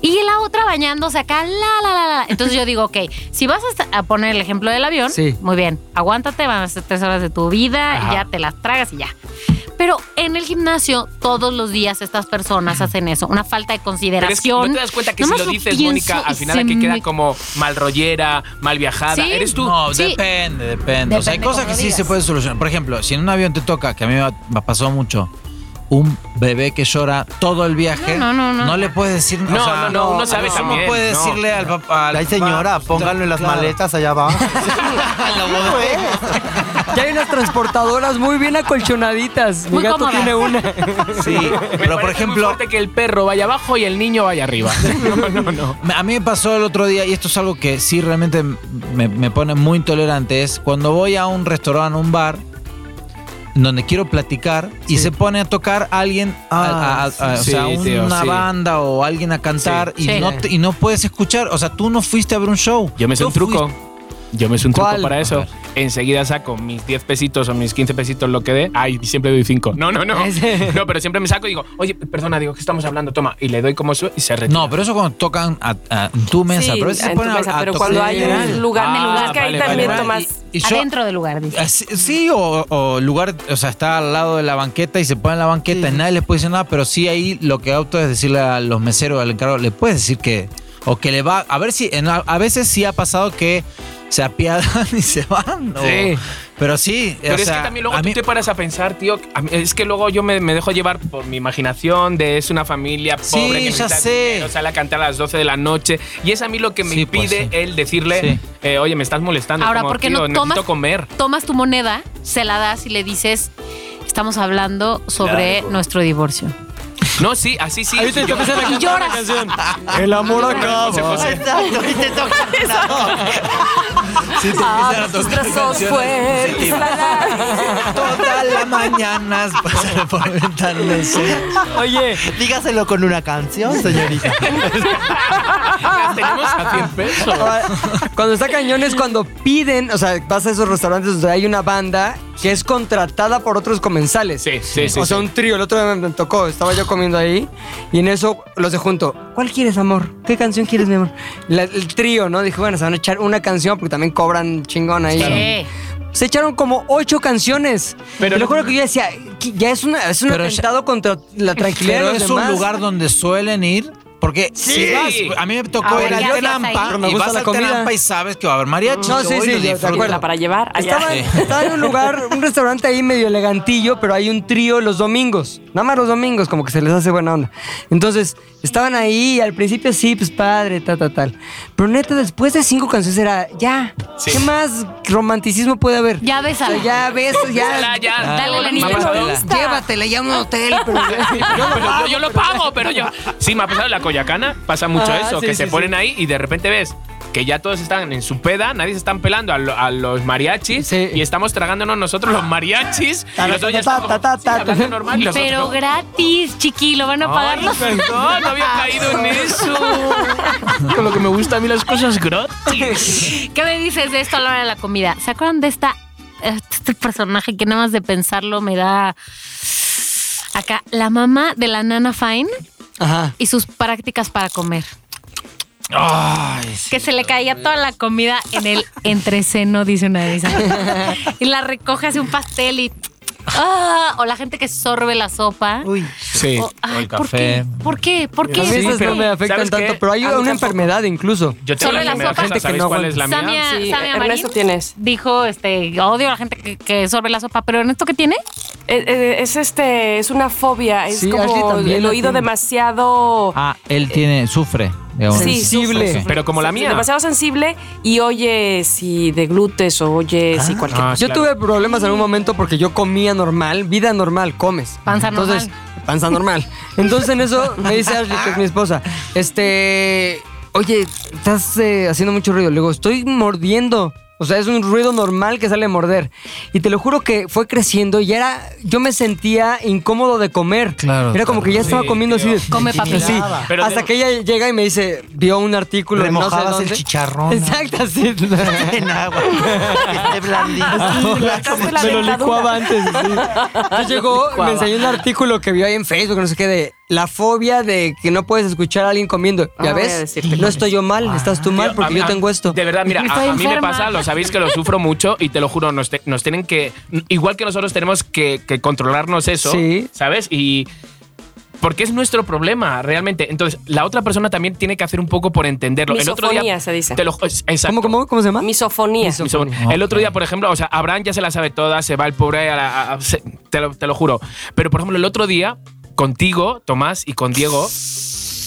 A: Y la otra bañándose acá, la, la, la, la. Entonces yo digo, ok, si vas a esta- a poner el ejemplo del avión,
B: Sí.
A: muy bien, aguántate, van a ser tres horas de tu vida
C: Ajá.
A: y ya te las tragas y ya. Pero en el gimnasio, todos los días estas personas hacen eso. Una falta de
C: Pero
A: consideración.
C: es que no te das cuenta que si
A: Nomás
C: lo dices,
A: pienso
C: Mónica,
A: y
C: al final
A: se
C: aquí queda
A: me-
C: como mal rollera, mal viajada.
A: Sí.
C: Eres tú.
G: No,
A: Sí.
G: depende, depende. O sea, hay
A: Depende
G: cosas
A: cómo
G: que sí
A: digas.
G: se pueden solucionar. Por ejemplo, si en un avión te toca, que a mí me me pasó mucho, un bebé que llora todo el viaje,
A: No, no, no, no.
G: le puedes decir
C: No, no, no, uno sabe
G: ¿cómo
C: también,
G: puedes
C: no.
G: decirle al papá? al
D: Ay,
G: papá,
D: señora, pónganlo en las
G: claro.
D: maletas allá abajo. Pues.
B: Ya hay unas transportadoras muy bien acolchonaditas. Mi
A: Muy
B: gato
A: cómodas.
B: tiene una.
G: Sí,
C: Me
G: pero por
C: parece muy
G: ejemplo,
C: fuerte que el perro vaya abajo y el niño vaya arriba. No, no, no.
G: Me- A mí me pasó el otro día, y esto es algo que sí realmente me, me pone muy intolerante, es cuando voy a un restaurante, a un bar, donde quiero platicar, y
B: Sí.
G: se pone a tocar alguien, a- a- a-
C: sí.
G: o sea,
C: Sí,
G: un-
C: tío,
G: una
C: sí.
G: banda o alguien a cantar,
A: Sí.
G: Y, no te- y no puedes escuchar, o sea, tú no fuiste a ver un show.
C: Yo me sé
G: Tú
C: un truco.
G: fuiste-
C: Yo me sé un
B: ¿Cuál?
C: truco para
G: A
C: eso.
G: ver.
C: Enseguida saco mis 10 pesitos o mis 15 pesitos, lo que dé. Ay, siempre doy 5. No, no, no.
B: Ese.
C: *laughs* No, pero siempre me saco y digo, oye, perdona, digo, que estamos hablando? Toma. Y le doy como eso y se retira.
G: No, pero eso cuando tocan a, a- en tu mesa,
E: Sí,
G: pero a veces se
E: en tu
G: ponen a-
E: mesa,
G: a
E: pero
G: tocar
E: cuando
G: en
E: hay
G: general.
E: un lugar, en el
C: Ah,
E: lugar que hay
C: vale,
E: también
C: vale,
E: tomas...
G: Y- y yo-
A: Adentro del lugar, dice.
G: Ah, Sí, sí, o, o lugar, o sea, está al lado de la banqueta y se pone en la banqueta y nadie les puede decir nada, pero sí ahí lo que opto es decirle a los meseros, al encargado, le puedes decir que, o que le va, a ver si, en- a veces sí ha pasado que se apiadan *laughs* y se van. o-
B: Sí.
G: Pero sí,
C: Pero
G: Eh, o
C: es
G: sea,
C: que también luego
G: a
C: tú
G: mí-
C: te paras a pensar, tío. a mí- es que luego yo me, me dejo llevar por mi imaginación de es una familia pobre
G: Sí,
C: que
G: ya
C: necesita
G: sé.
C: dinero, sale a cantar a las 12 de la noche. Y es a mí lo que me
G: Sí, pues,
C: impide
G: sí.
C: el decirle,
G: Sí.
C: eh, oye, me estás molestando.
A: Ahora,
C: como,
A: ¿por qué
C: "Tío,
A: no tomas,
C: Necesito comer.
A: tomas tu moneda, se la das y le dices, estamos hablando sobre nuestro divorcio?
C: No, sí, así sí.
H: Ahí te
C: Yo-
H: toca hacer
A: Y lloras.
H: canción.
G: *laughs*
H: El amor acaba.
C: José, José.
E: Ah, nuestras dos fuertes.
G: Toda la mañana pásale por la ventana, sí.
H: Oye,
D: Dígaselo con una canción, señorita.
C: Las tenemos a 100 pesos.
B: Ahora, *laughs* Cuando está cañón es cuando piden, o sea, vas a esos restaurantes donde hay una banda que es contratada por otros comensales.
C: Sí, sí, sí,
B: O sea,
C: sí.
B: un trío. El otro día me me tocó, estaba yo comiendo ahí y en eso los de junto. ¿Cuál quieres, amor? ¿Qué canción quieres, mi amor? La- el trío, ¿no? Dije, bueno, se van a echar una canción porque también cobran chingón ahí.
A: Sí.
B: Se echaron como ocho canciones. Pero
C: Pero-
B: lo juro que yo decía, "¿Qué- ya es, una, es un
G: Pero ya-
B: atentado contra la tranquilidad
G: Pero
B: de los
G: es
B: demás".
G: un lugar donde suelen ir. Porque si vas, a mí me tocó
A: Ahora,
G: ir
A: ¿qué
G: al
A: haces ahí?
G: Tenampa
B: Pero me
G: y
B: gusta
G: vas
B: la
G: al
B: comida.
G: Tenampa y sabes que va a haber mariachi.
B: No, sí, sí,
G: y lo
B: yo- de
G: disfrutas.
B: acuerdo.
E: Para llevar allá.
B: Estaba, estaba en un lugar, un restaurante ahí medio elegantillo, pero hay un trío los domingos. Nada más los domingos, como que se les hace buena onda. Entonces, estaban ahí y al principio sí, pues padre, tal, tal, tal. Pero neta, después de cinco canciones era ya. ¿Qué más romanticismo puede haber?
A: Ya
B: O sea,
A: bésala.
B: ya ves, ya.
C: Dale, ya.
A: Dale la
C: Me ha pasado-
A: lista.
B: Llévatela ya a un hotel.
A: *laughs*
B: pero-
C: Yo, pero yo- yo lo pago, pero yo. Sí, me ha pasado en la Coyacana, pasa mucho
B: Ah,
C: eso,
B: sí,
C: que
B: sí,
C: se
B: sí.
C: ponen ahí y de repente ves que ya todos están en su peda, nadie se están pelando a, lo- a los mariachis
B: Sí.
C: y estamos tragándonos nosotros
B: *laughs*
C: los mariachis.
B: Ta,
C: y los
B: ta,
C: otros ya
B: ta,
C: están como,
B: ta, ta,
C: sí,
B: ta,
C: hablando
B: ta.
C: normal. y los
A: Pero
C: otros,
A: gratis, chiqui, lo van a pagar
C: "Ay,
A: los
C: perdón, no había caído en eso.
B: *laughs*
C: Con lo que me gusta a mí las cosas gratis.
A: ¿Qué me dices de esto a la hora de la comida? ¿Se acuerdan de esta, este personaje que nada más de pensarlo me da acá? La mamá de la nana Fine
B: Ajá.
A: y sus prácticas para comer. que se le caía toda la comida en el entreceno, dice una de esas. y la recoge hace un pastel y... ah, o la gente que sorbe la sopa.
D: Uy.
G: Sí,
A: O, ay,
G: el
A: ¿Por
G: café.
A: qué? ¿Por qué? ¿Por
B: A
A: qué?
B: mí
A: ¿Por
B: esas
A: qué?
B: no me afectan
C: ¿Sabes qué?
B: tanto, pero hay
E: A mí
B: una
E: tampoco.
B: enfermedad incluso.
C: Yo tengo
A: Sobre
C: la
A: la
C: enfermedad,
A: sopa.
C: ¿sabéis
B: Gente que
C: cuál
B: no
C: es la
A: Samia,
C: mía?
E: Sí,
A: Samia Marín
E: Ernesto tienes.
A: Dijo, este, odio a la gente que, que sorbe la sopa, pero ¿en esto qué tiene?
E: Eh, eh, Es este, es una fobia, es
B: Sí, Ashley
E: como
B: también
E: el
B: la
E: oído
B: tiene.
E: demasiado
G: Ah, él tiene, sufre. digamos.
E: Sí,
B: sensible.
E: sufre, sufre.
C: Pero como la mía.
E: Demasiado sensible y oye si de glutes o oye si cualquier.
C: Ah,
B: Yo
C: claro.
B: tuve problemas en algún momento porque yo comía normal, vida normal, comes.
A: Panza
B: Entonces, Panza normal. Entonces en eso me dice Ashley, que es mi esposa, este, oye, estás eh, haciendo mucho ruido. Le digo, estoy mordiendo. O sea, es un ruido normal que sale a morder. Y te lo juro que fue creciendo y era, yo me sentía incómodo de comer.
G: Claro,
B: Era como
G: claro.
B: que ya estaba
C: Sí,
B: comiendo así.
C: tío.
B: de-
A: Come papi.
B: *laughs* Sí,
C: Pero
B: hasta
C: de-
B: que ella llega y me dice, vio un artículo. en no
D: Remojabas
B: sé
D: el
B: dónde.
D: chicharrón.
B: Exacto, sí.
D: En agua. Que esté
E: Ah,
D: blandito.
E: Sacaste la
H: me lo
E: dentadura.
H: licuaba antes. sí.
B: Entonces
E: *laughs*
B: llegó, me enseñó un artículo que vio ahí en Facebook, no sé qué, de la fobia de que no puedes escuchar a alguien comiendo. ¿Ya
E: Ah, voy a
B: ves?
E: decirte cuál
B: No
E: es.
B: estoy yo mal,
E: Ah.
B: estás tú mal
C: Tío,
B: porque
C: a mí-
B: yo
C: a-
B: tengo esto.
C: De
B: *laughs*
C: verdad, mira,
A: Estoy
C: a, a mí me
A: enferma.
C: pasa, lo sabéis que lo sufro mucho y te lo juro, nos, te- nos tienen que. Igual que nosotros tenemos que, que controlarnos eso,
B: Sí.
C: ¿sabes? Y. Porque es nuestro problema, realmente. Entonces, la otra persona también tiene que hacer un poco por entenderlo. el otro día.
E: Misofonía se dice.
C: Te lo, es- exacto.
B: ¿Cómo, cómo, cómo se llama?
E: Misofonía.
C: Misofonía. El otro día, por ejemplo, o sea, Abraham ya se la sabe toda, se va el pobre a la- a- a- se- te, lo, te lo juro. Pero, por ejemplo, el otro día, contigo, Tomás, y con Diego,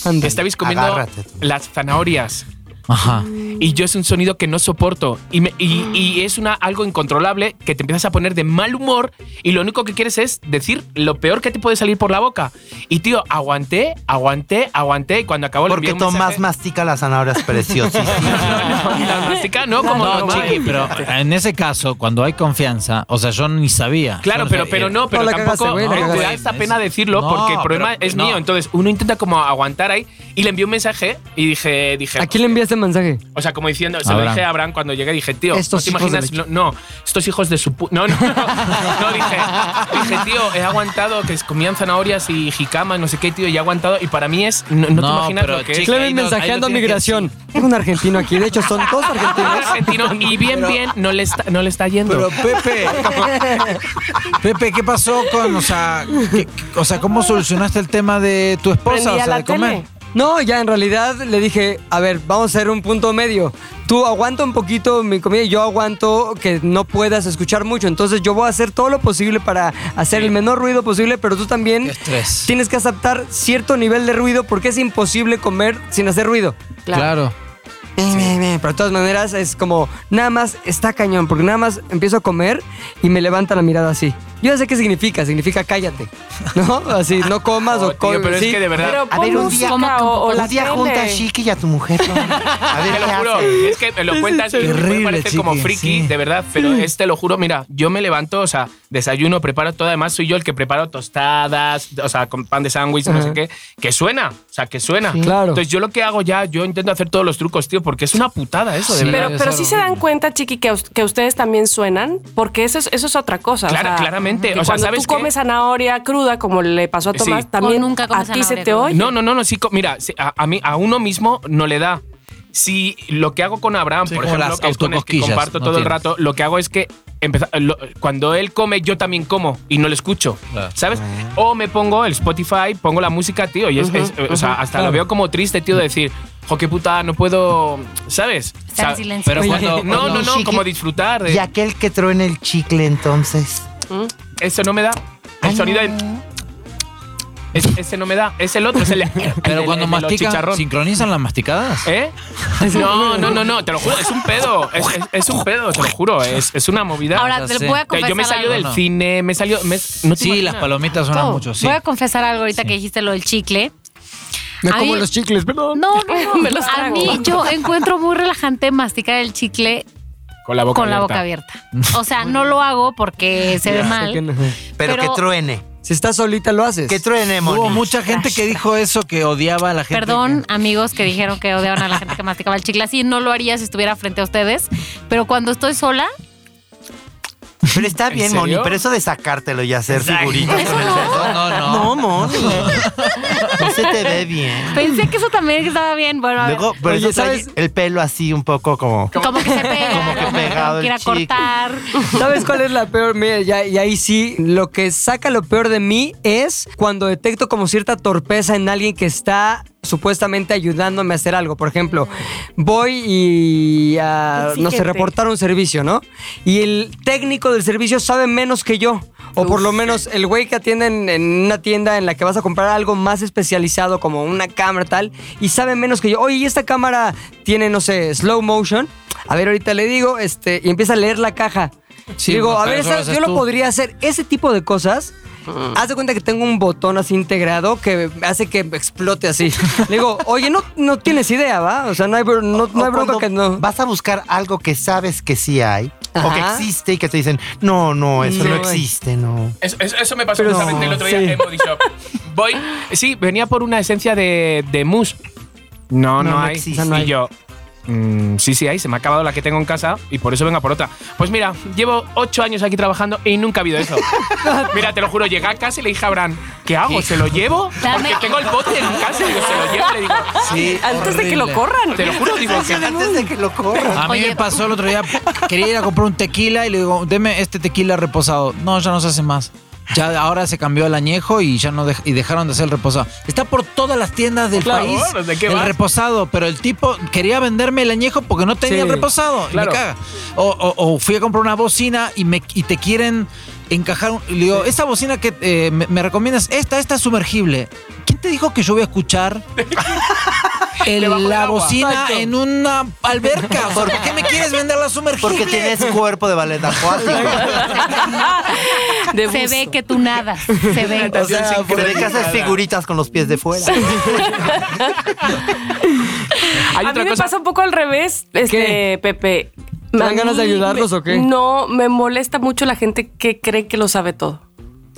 B: Anda.
C: estabais comiendo
D: Agárrate.
C: las zanahorias
G: Ajá.
C: y yo es un sonido que no soporto y, me- y- y es una, algo incontrolable que te empiezas a poner de mal humor y lo único que quieres es decir lo peor que te puede salir por la boca. Y tío, aguanté, aguanté, aguanté y cuando acabó le envié
D: Porque
C: un
D: Tomás
C: mensaje-
D: mastica las zanahorias preciosas.
C: *laughs* La mastica, no, como
G: No,
C: normal.
G: chiqui, pero en ese caso, cuando hay confianza, o sea, yo ni sabía. eh,
C: Claro,
G: Yo
C: pero,
G: sabía.
C: pero no, pero
B: eh, la
C: tampoco
B: cagaste, güey, la
C: eh, te da
G: cagaste.
C: esta pena decirlo
G: No,
C: porque el problema
G: pero-
C: es
G: no.
C: mío. Entonces uno intenta como aguantar ahí y le envié un mensaje y dije, dije
B: ¿A quién le enviaste el mensaje?
C: O sea, como diciendo, se lo
G: Abraham.
C: dije a Abraham cuando llegué, dije, tío,
B: Estos
C: ¿no te
B: hijos de
C: imaginas? No, no, estos hijos de su pu No, no, no, no, dije, dije, tío, he aguantado que comían zanahorias y jicamas, no sé qué, tío, y he aguantado, y para mí es, no, no te
G: No,
C: imaginas
G: pero,
C: lo que
G: chica,
C: es.
G: ahí
B: Clemen
G: lo- ahí lo
B: mensajeando a
G: tienes que
B: migración. Tengo un argentino aquí, de hecho son dos
C: Un
B: argentinos.
C: argentino, y bien, bien, no le está, no le está yendo.
G: Pero *laughs* Pepe, Pepe, ¿qué pasó con, o sea, qué- o sea, cómo solucionaste el tema de tu esposa,
E: Prendía
G: o sea,
E: la
G: de comer?
E: tele.
B: No, ya en realidad le dije, a ver, vamos a hacer un punto medio. Tú aguanta un poquito mi comida y yo aguanto que no puedas escuchar mucho. Entonces yo voy a hacer todo lo posible para hacer el menor ruido posible, pero tú también
G: Qué
C: Este.
G: estrés.
B: tienes que aceptar cierto nivel de ruido porque es imposible comer sin hacer ruido.
G: Claro.
B: Eh, eh, eh, Pero de todas maneras es como, nada más está cañón, porque nada más empiezo a comer y me levanta la mirada así. Yo ya sé qué significa, significa cállate, ¿no? Así, no comas
C: *laughs* Oh,
B: o comes.
C: tío, pero
B: sí.
C: es que de verdad.
E: Pero
D: A
E: pon
D: ver, un
E: música
D: día,
E: o, o la
D: un día
E: tele.
D: junta a Chiqui y a tu mujer. ¿no? A ver,
C: *laughs* Te lo
D: ¿qué
C: juro,
D: hacen?
C: es que me lo cuentas y me
G: Terrible,
C: parece como
G: chiqui,
C: friki,
G: sí.
C: de verdad, pero es, te lo juro, mira, yo me levanto, o sea, desayuno, preparo todo, además soy yo el que preparo tostadas, o sea, con pan de sándwich, no sé qué, que suena, o sea, que suena.
B: Claro.
C: Entonces yo lo que hago ya, yo intento hacer todos los trucos, tío, porque es una putada eso, de
G: Sí,
C: verdad.
E: Pero,
G: es
E: pero sí
G: algo
E: se dan
G: horrible.
E: cuenta, Chiqui, que, us- que ustedes también suenan, porque eso es, eso es otra cosa. o
C: Clara-
E: sea,
C: claramente,
E: que
C: o sea,
E: cuando
C: ¿sabes
E: tú comes
C: qué?
E: zanahoria cruda, como le pasó a
C: Sí.
E: Tomás,
C: O
E: también
A: nunca
E: a
A: comes
E: ti se
A: zanahoria
E: te
A: cruda.
E: oye.
C: No, no, no, no, sí, co- mira, sí, a, a mí, a uno mismo no le da. Si lo que hago con Abraham,
G: Sí,
C: por
G: como
C: ejemplo,
G: las
C: que es con el que
G: autocosquillas,
C: comparto
G: no
C: todo el
G: tienes.
C: rato, lo que hago es que empeza- lo- cuando él come, yo también como y no le escucho,
G: Claro.
C: ¿sabes? O me pongo el Spotify, pongo la música, tío, y es, es- o sea, hasta lo veo como triste, tío, de decir, jo, qué puta, no puedo, ¿sabes? O
A: Estar
C: sea,
A: en silencio.
G: Pero
B: Oye,
G: cuando.
C: No, no,
D: Y
C: no,
D: Chiqui-
C: como disfrutar. eh, de-
D: Y aquel que truena el chicle, entonces.
C: Eso no me da. El
D: Ay,
C: sonido de- Es- ese no me da. Es el otro, es el. *laughs* el-
G: Pero
C: el-
G: cuando
C: el de los
G: mastican,
C: chicharrón.
G: ¿sincronizan las masticadas?
C: ¿Eh? No, no, no, no, te lo juro, es un pedo, es, es- es un pedo, te lo juro, es, es una movida.
G: ya
A: Ahora, te
G: sé.
A: voy a
C: Que
A: confesar
C: yo me salió
A: algo. Oh,
C: del
G: no.
C: cine, me salió... me- no te
G: Sí, las
C: imaginas.
G: palomitas suenan mucho, sí.
A: Voy a confesar algo ahorita
G: Sí.
A: que dijiste lo del chicle.
B: Me
A: A
B: como
A: mí-
B: los chicles, perdón.
A: No, no,
E: Me
A: no.
E: los
A: A
E: trago.
A: mí yo encuentro muy relajante masticar el chicle
C: Con la boca
A: con la boca
C: abierta.
A: abierta. O sea, no lo hago porque se ve
B: Ya sé
A: mal.
B: que no.
D: Pero,
A: Pero-
D: que truene.
B: Si estás solita, lo haces.
D: Que truene,
G: Hubo
D: Moni.
G: mucha gente que dijo eso, que odiaba a la gente.
A: Perdón, amigos que dijeron que odiaban a la gente que masticaba el chicle. Así no lo haría si estuviera frente a ustedes. Pero cuando estoy sola,
D: Pero está bien,
C: serio?
D: Moni. Pero eso de sacártelo y hacer figuritas
A: Eso
D: con el
A: no.
D: dedo.
G: No, no, no.
D: No, Moni. No se te ve bien.
A: pensé que eso también estaba bien. Bueno, a ver,
D: Luego, pero
B: Oye,
D: eso trae
B: ¿sabes?
D: el pelo así un poco como.
A: como que se pega,
D: Como que pegado el
A: quiera
D: chicle.
A: cortar.
B: ¿Sabes cuál es la peor? Mira, ya- y ahí sí, lo que saca lo peor de mí es cuando detecto como cierta torpeza en alguien que está supuestamente ayudándome a hacer algo. Por ejemplo, voy y a, no sé,
E: Exigente.
B: reportar un servicio, ¿no? Y el técnico del servicio sabe menos que yo. O por lo menos el güey que atiende en, en una tienda en la que vas a comprar algo más especializado, como una cámara tal, y sabe menos que yo. Oye, ¿y esta cámara tiene, no sé, slow motion? A ver, ahorita le digo, este, y empieza a leer la caja.
G: Sí,
B: Digo,
G: pues,
B: a
G: pero
B: ver,
G: eso
B: esa-
G: lo haces
B: yo lo Mm.
G: tú.
B: podría hacer. Ese tipo de cosas. Haz de cuenta que tengo un botón así integrado que hace que explote así. Le *laughs* digo, oye, no, no tienes idea, ¿va? O sea, no hay, bro- no, no
D: O
B: hay bronca
D: cuando
B: que no.
D: Vas a buscar algo que sabes que sí hay o que
B: Ajá.
D: existe y que te dicen, no, no, eso no,
B: No. eh.
D: existe, no.
C: Eso, eso- eso me pasó
B: Pero
C: justamente
B: no,
C: el otro día
B: sí.
C: en Body Shop. Voy... Sí, venía por una esencia de, de mousse. No,
D: No,
C: no,
D: no
C: hay.
D: existe. O sea, no
C: Y
D: hay.
C: yo... mm, sí, sí, hay. Se me ha acabado la que tengo en casa y por eso venga por otra. Pues mira, llevo ocho años aquí trabajando y nunca ha habido eso. mira, te lo juro, llegué a casa y le dije a Abraham, ¿qué hago? ¿Se lo llevo?
A: Dame-
C: Porque tengo el bote en casa y digo, se lo llevo. Le digo,
G: Sí,
E: Antes de que lo
G: horrible.
E: corran.
C: te lo juro, digo, que
D: Antes de que lo corran.
G: A mí
A: Oye.
G: me pasó el otro día, quería ir a comprar un tequila y le digo, deme este tequila reposado. No, ya no se hace más. Ya ahora se cambió el añejo y ya no dej- y dejaron de hacer el reposado. Está por todas las tiendas del
C: Claro,
G: país
C: ¿de qué
G: el
C: vas?
G: reposado, pero el tipo quería venderme el añejo porque no tenía
B: Sí,
G: el reposado. Y me
C: claro.
G: caga. O, o- o fui a comprar una bocina y, me, y te quieren encajar. un- y le digo, esta bocina que eh, me, me recomiendas, esta, esta es sumergible. ¿Quién te dijo que yo voy
C: *laughs*
G: a escuchar el-
C: Debajo del
G: la
C: agua.
G: bocina en una alberca. ¿Por qué me quieres vender la sumergible?
D: Porque tienes cuerpo de
B: *laughs*
D: ballet acuático.
E: De
A: Se
E: buzo.
A: ve que tú nadas. Se ve.
G: O sea,
D: Te dedicas a hacer figuritas con los pies de fuera.
C: Hay
E: a
C: otra
E: mí me
C: cosa.
E: pasa un poco al revés, este,
B: ¿Qué?
E: Pepe.
B: ¿Te dan
E: A mí
B: ganas de ayudarlos
E: me-
B: o qué?
E: No, me molesta mucho la gente que cree que lo sabe todo.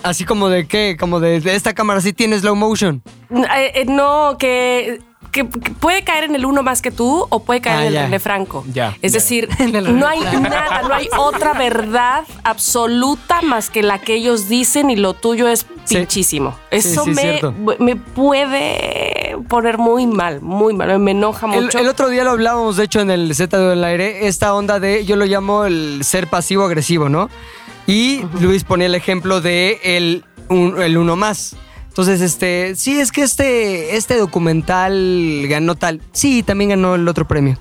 B: Así como de qué, como de, de esta cámara sí tiene slow motion.
E: N- eh, eh, No, que, que- que puede caer en el uno más que tú o puede caer
B: Ah,
E: en el
B: ya.
E: René Franco.
C: Ya,
E: Es
C: ya.
E: decir,
B: *laughs* En el René
E: no hay nada, no hay otra verdad absoluta más que la que ellos dicen y lo tuyo es
B: Sí.
E: pinchísimo. Eso
B: sí,
E: me,
B: cierto.
E: me puede poner muy mal, muy mal. Me enoja
B: El,
E: mucho.
B: el otro día lo hablábamos, de hecho, en el Z del aire, esta onda de, yo lo llamo el ser pasivo-agresivo, ¿no? Y Luis ponía el ejemplo de el, un- el uno más. Entonces, este, sí, es que este, este documental ganó tal. Sí, también ganó el otro premio.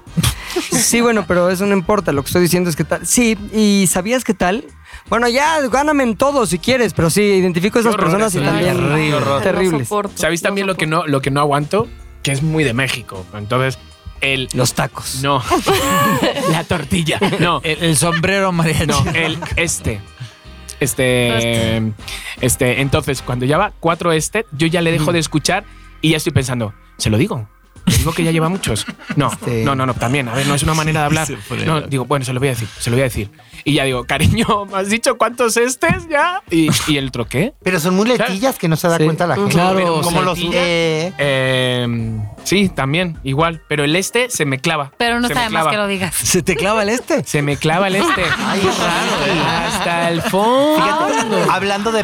B: Sí, bueno, pero eso no importa. Lo que estoy diciendo es que tal. Sí, ¿y sabías que tal? Bueno, ya gáname en todo si quieres, pero sí, identifico a esas
C: Qué horror
B: personas y
C: eso,
B: también
C: qué horror.
B: terribles.
C: ¿Sabéis también lo que no, lo que no aguanto? Que es muy de México. Entonces, el.
B: Los tacos.
C: No. *laughs* La tortilla. No.
G: El, el sombrero mariachi.
D: *laughs*
C: No, el este. Este. Este. Entonces, cuando ya va cuatro este, yo ya le dejo de escuchar y ya estoy pensando, se lo digo. Le digo que ya lleva muchos. No, no, no, no, también. A ver, no es una manera de hablar. No, digo, bueno, *laughs* se lo voy a decir, se lo voy a decir. Y ya digo, cariño, *laughs* ¿me has dicho cuántos estés ya? Y, y el otro, ¿qué?
D: Pero son muy letillas que no se da cuenta la gente.
G: Claro,
D: Pero como los
C: letillas.
D: eh,
C: Eh, sí, también, igual. Pero el este se me clava.
A: Pero no
C: se
A: está
C: me
A: de más
C: clava.
A: que lo digas.
G: ¿Se te clava el este?
C: Se me clava el este. Hasta el
D: fíjate,
C: fondo.
D: hablando de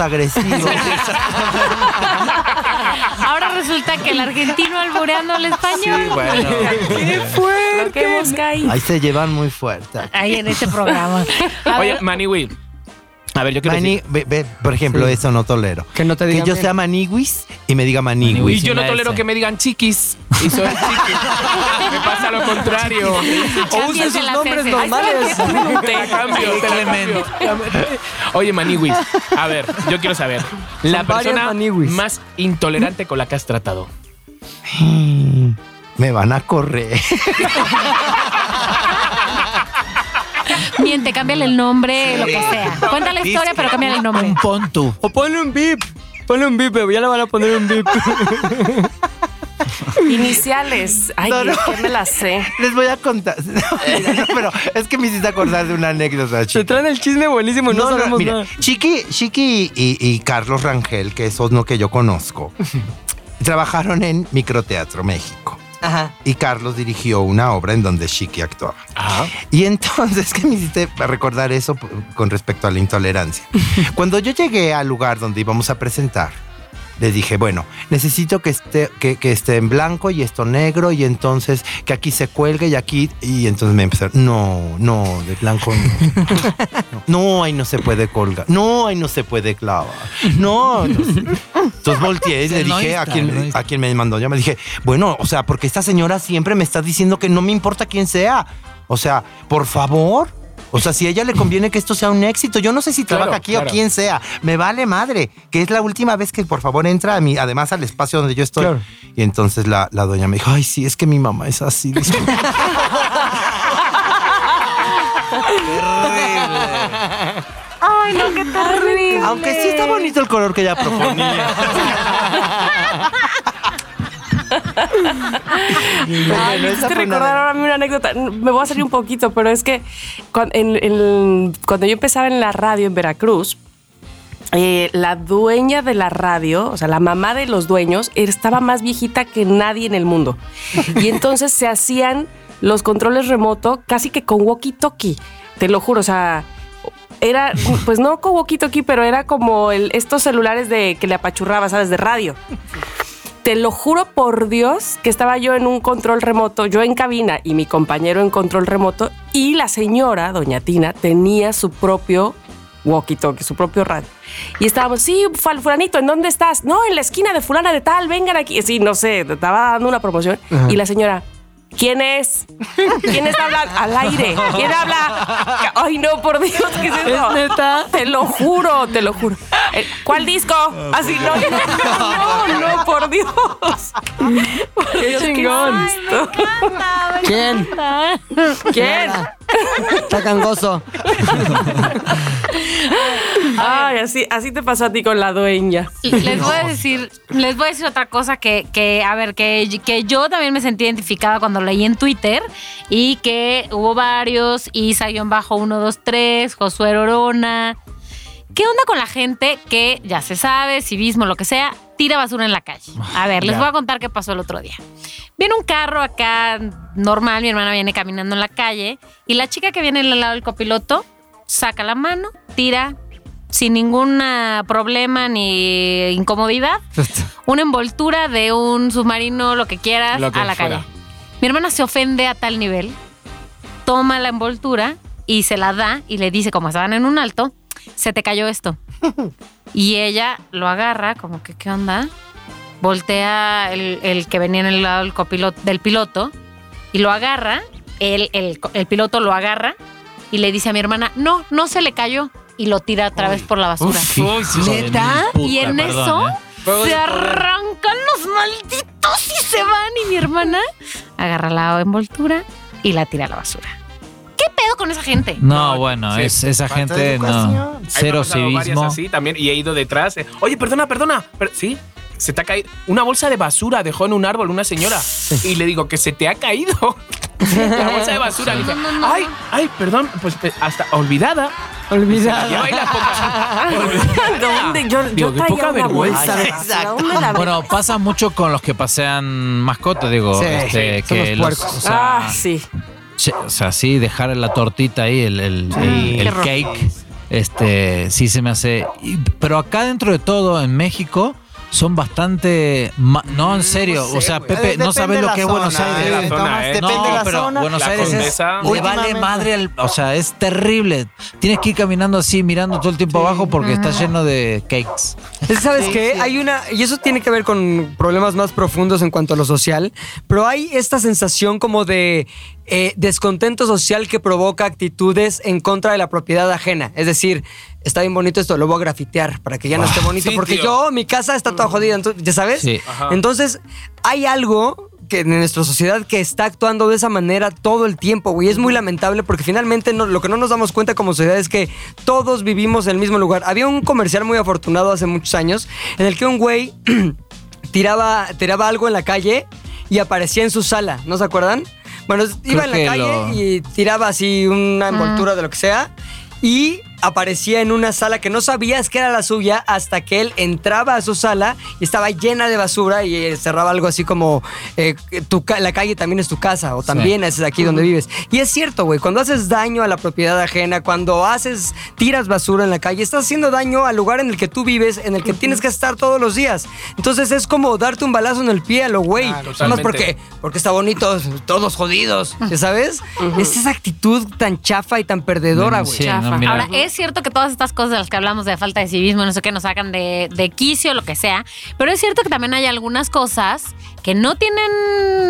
B: *laughs*
D: agresivos.
A: Ahora resulta que el argentino albureando al español.
C: Bueno,
E: Lo que busca ahí.
D: Ahí se llevan muy fuerte.
A: Ahí en este programa. A
C: Oye,
A: ver,
C: Maniwi. A ver, yo quiero
D: Mani-
C: decir.
D: ve- ve, por ejemplo, eso no tolero.
B: Que no te
D: Que
B: digan
D: yo
B: bien.
D: sea maniguis y me diga
C: Y
D: maniguis.
C: yo no
G: una
C: tolero
G: S.
C: que me digan chiquis. Y soy chiquis. me pasa lo contrario. Oh,
B: O usen sus
A: las
B: nombres
A: heces.
B: normales.
C: Te la cambio, te la cambio. *laughs* Oye, Maniwis, a ver, yo quiero saber. La
B: Son varias
C: persona
B: maniwis.
C: más intolerante con la que has tratado.
D: Mm, Me van a correr. *laughs*
A: miente, cámbiale el nombre, lo que sea. Cuenta la historia, pero cámbiale el nombre.
G: Un pontu.
B: O ponle un bip. Ponle un bip, ya le van a poner un *laughs* bip.
E: Iniciales. Ay,
D: No, no.
E: que me la sé.
D: Les voy a contar. *laughs* No, mira, no, pero es que me hiciste acordar de una anécdota,
B: Se
D: chica.
B: traen el chisme buenísimo, no, sabemos
D: mira,
B: nada.
D: Chiqui, Chiqui y, y Carlos Rangel, que esos no que
B: *laughs*
D: yo conozco, trabajaron en Microteatro México.
B: Ajá.
D: Y Carlos dirigió una obra en donde Chiqui actuaba.
C: Ajá.
D: Y entonces, *laughs* que me hiciste recordar eso p- con respecto a la intolerancia? Cuando yo llegué al lugar donde íbamos a presentar, le dije, bueno, necesito que esté, que, que esté en blanco y esto negro y entonces que aquí se cuelgue y aquí... Y entonces me empezaron, no, no, de blanco no. No, ahí no se puede colgar. No, ahí no se puede clavar. No, no sé". Entonces volteé y le
G: No
D: dije a
G: está,
D: quien,
G: no está.
D: a quien me mandó. Yo me dije, bueno, o sea, porque esta señora siempre me está diciendo que no me importa quién sea. O sea, por favor. O sea, si a ella le conviene que esto sea un éxito, yo no sé si
C: Claro,
D: trabaja aquí
C: claro.
D: o quién sea. Me vale madre, que es la última vez que por favor entra a mí, además al espacio donde yo estoy.
B: Claro.
D: Y entonces la, la doña me dijo, ay, sí, es que mi mamá es así. disculpe".
E: Ay, no, qué terrible.
D: Aunque sí está bonito el color que ella proponía.
E: Ay, me
D: Bueno, esa
E: hiciste
D: fue una
E: recordar ahora a mí una anécdota. Me voy a salir un poquito, pero es que cuan- en- en- cuando yo empezaba en la radio en Veracruz, eh, la dueña de la radio, o sea, la mamá de los dueños, estaba más viejita que nadie en el mundo. Y entonces se hacían los controles remoto casi que con walkie-talkie, te lo juro, o sea... Era, pues no con walkie-talkie, pero era como el- estos celulares de que le apachurraba, ¿sabes? De radio. Te lo juro por Dios que estaba yo en un control remoto, yo en cabina y mi compañero en control remoto y la señora, doña Tina, tenía su propio walkie-talkie, su propio radio. Y estábamos, sí, fal- fulanito, ¿en dónde estás? No, en la esquina de fulana de tal, vengan aquí. Sí, no sé, te estaba dando una promoción. Y la señora, ¿quién es? ¿Quién está hablando? Al aire. ¿Quién habla? Ay, no, por Dios, ¿qué es eso? Te lo juro, te lo juro. Eh, ¿Cuál disco?
C: Ah,
E: Así no, no, no, no, por Dios. Qué chingón.
B: ¿Quién?
E: ¿Quién?
B: Está cangoso.
E: Ay, así, así te pasó a ti con la dueña.
A: Les voy a decir, les voy a decir otra cosa que, que, a ver, que, que yo también me sentí identificada cuando leí en Twitter y que hubo varios, Isa-123, Josué Orona. ¿Qué onda con la gente que, ya se sabe, civismo, lo que sea, tira basura en la calle? A ver, les
G: Ya.
A: voy a contar qué pasó el otro día. Viene un carro acá normal, mi hermana viene caminando en la calle y la chica que viene al lado del copiloto saca la mano, tira sin ningún ah, problema ni incomodidad una envoltura de un submarino, lo que quieras,
C: Lo que
A: a la
C: fuera.
A: calle. Mi hermana se ofende a tal nivel, toma la
C: *laughs*
A: envoltura y se la da y le dice, como estaban en un alto, se te cayó esto. Y ella lo agarra, como que, ¿qué onda? Voltea el, el que venía en el lado del, copiloto, del piloto y lo agarra. Él, el, co- el piloto lo agarra y le dice a mi hermana, no, no se le cayó. Y lo tira otra vez por la basura.
G: Uf, hijo de
A: ¿Neta?
G: mil puta,
A: y en
G: perdón,
A: eso
G: ¿eh?
A: se arrancan los malditos y se van. Y mi hermana agarra la envoltura y la tira a la basura. ¿Qué pedo con esa gente?
G: No, bueno,
C: sí.
G: es, esa
D: Falta de
G: gente no.
D: educación.
C: Ahí me ha
G: Cero
C: pasado varias
G: civismo.
C: así también y he ido detrás. eh, Oye, perdona, perdona. per- sí, se te ha caído. Una bolsa de basura dejó en un árbol una señora y le digo que se te ha caído. *laughs* La bolsa de basura. Le dije,
A: No, no, no,
C: ay,
A: no.
C: ay, perdón. Pues eh, hasta olvidada. Lleva ahí la
E: *laughs*
C: poca- olvidada.
E: ¿Dónde? Yo,
C: Digo,
E: yo
C: qué
E: traía
C: poca
E: una
C: vergüenza.
E: bolsa de basura. ¿Dónde la habré
G: Bueno, pasa mucho con los que pasean mascotas, digo,
D: Sí,
G: este,
D: sí, son
G: que
D: los
G: los,
D: puercos.
G: o sea,
E: ah, *laughs* sí.
G: che, o sea, sí, dejar la tortita ahí, el, el- el-
A: Qué
G: el
A: horror.
G: cake, este, sí se me hace. y- pero acá dentro de todo, en México, son bastante, ma- no, en serio, o sea,
D: güey.
G: Pepe,
D: Depende
G: no sabes
D: de
G: lo
D: la
G: que es Buenos
D: zona,
G: Aires.
C: de la
D: eh.
C: zona, eh.
D: Depende de
G: No,
D: la
G: pero
D: zona.
G: Buenos
C: La
G: Aires es,
C: Condesa.
G: le vale
D: Últimamente.
G: madre al, o sea, es terrible. Tienes que ir caminando así, mirando todo el tiempo abajo porque está lleno de cakes.
B: Es que, ¿Sabes qué? Hay una, y eso tiene que ver con problemas más profundos en cuanto a lo social, pero hay esta sensación como de eh, descontento social que provoca actitudes en contra de la propiedad ajena. Es decir, está bien bonito esto, lo voy a grafitear para que ya no esté bonito,
C: Ah, sí,
B: porque
C: tío.
B: yo, mi casa está toda jodida, entonces, ¿ya sabes?
G: Sí.
C: Ajá.
B: Entonces, hay algo que en nuestra sociedad que está actuando de esa manera todo el tiempo, güey. Es muy lamentable porque finalmente no- lo que no nos damos cuenta como sociedad es que todos vivimos en el mismo lugar. Había un comercial muy afortunado hace muchos años en el que un güey *clears throat* tiraba, tiraba algo en la calle y aparecía en su sala, ¿no se acuerdan? Bueno, es- iba en la
G: que
B: calle
G: lo-
B: y tiraba así una envoltura de lo que sea y aparecía en una sala que no sabías que era la suya hasta que él entraba a su sala y estaba llena de basura y eh, cerraba algo así como eh, tu ca- la calle también es tu casa o también es aquí donde vives. Y es cierto, güey, cuando haces daño a la propiedad ajena, cuando haces tiras basura en la calle, estás haciendo daño al lugar en el que tú vives, en el que tienes que estar todos los días. Entonces es como darte un balazo en el pie a lo güey, nada más
C: totalmente.
B: porque porque está bonito, todos jodidos, ¿ya ¿sabes? Es esa actitud tan chafa y tan perdedora, güey.
G: Mm, Sí, no,
E: Chafa.
G: mira.
A: Ahora, eh, es cierto que todas estas cosas de las que hablamos de falta de civismo, no sé qué, nos sacan de, de quicio, lo que sea, pero es cierto que también hay algunas cosas que no tienen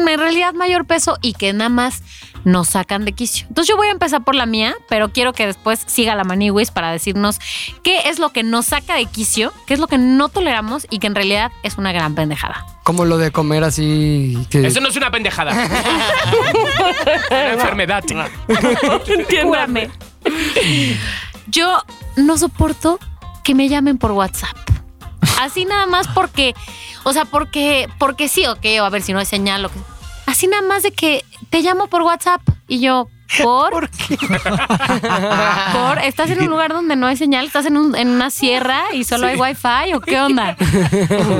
A: en realidad mayor peso y que nada más nos sacan de quicio. Entonces yo voy a empezar por la mía, pero quiero que después siga la Maniwis para decirnos qué es lo que nos saca de quicio, qué es lo que no toleramos y que en realidad es una gran pendejada.
B: Como lo de comer así. que-
C: *laughs* Eso no es una pendejada. una
E: *laughs*
C: enfermedad.
A: Entiéndame. Yo no soporto que me llamen por WhatsApp. Así nada más porque, o sea, porque, porque sí, ok, o a ver si no hay señal. o que- así nada más de que te llamo por WhatsApp y yo, ¿por? ¿Por ah, ¿Estás en un lugar donde no hay señal? ¿Estás en, un- en una sierra y solo hay wifi o qué
E: *laughs*
A: onda?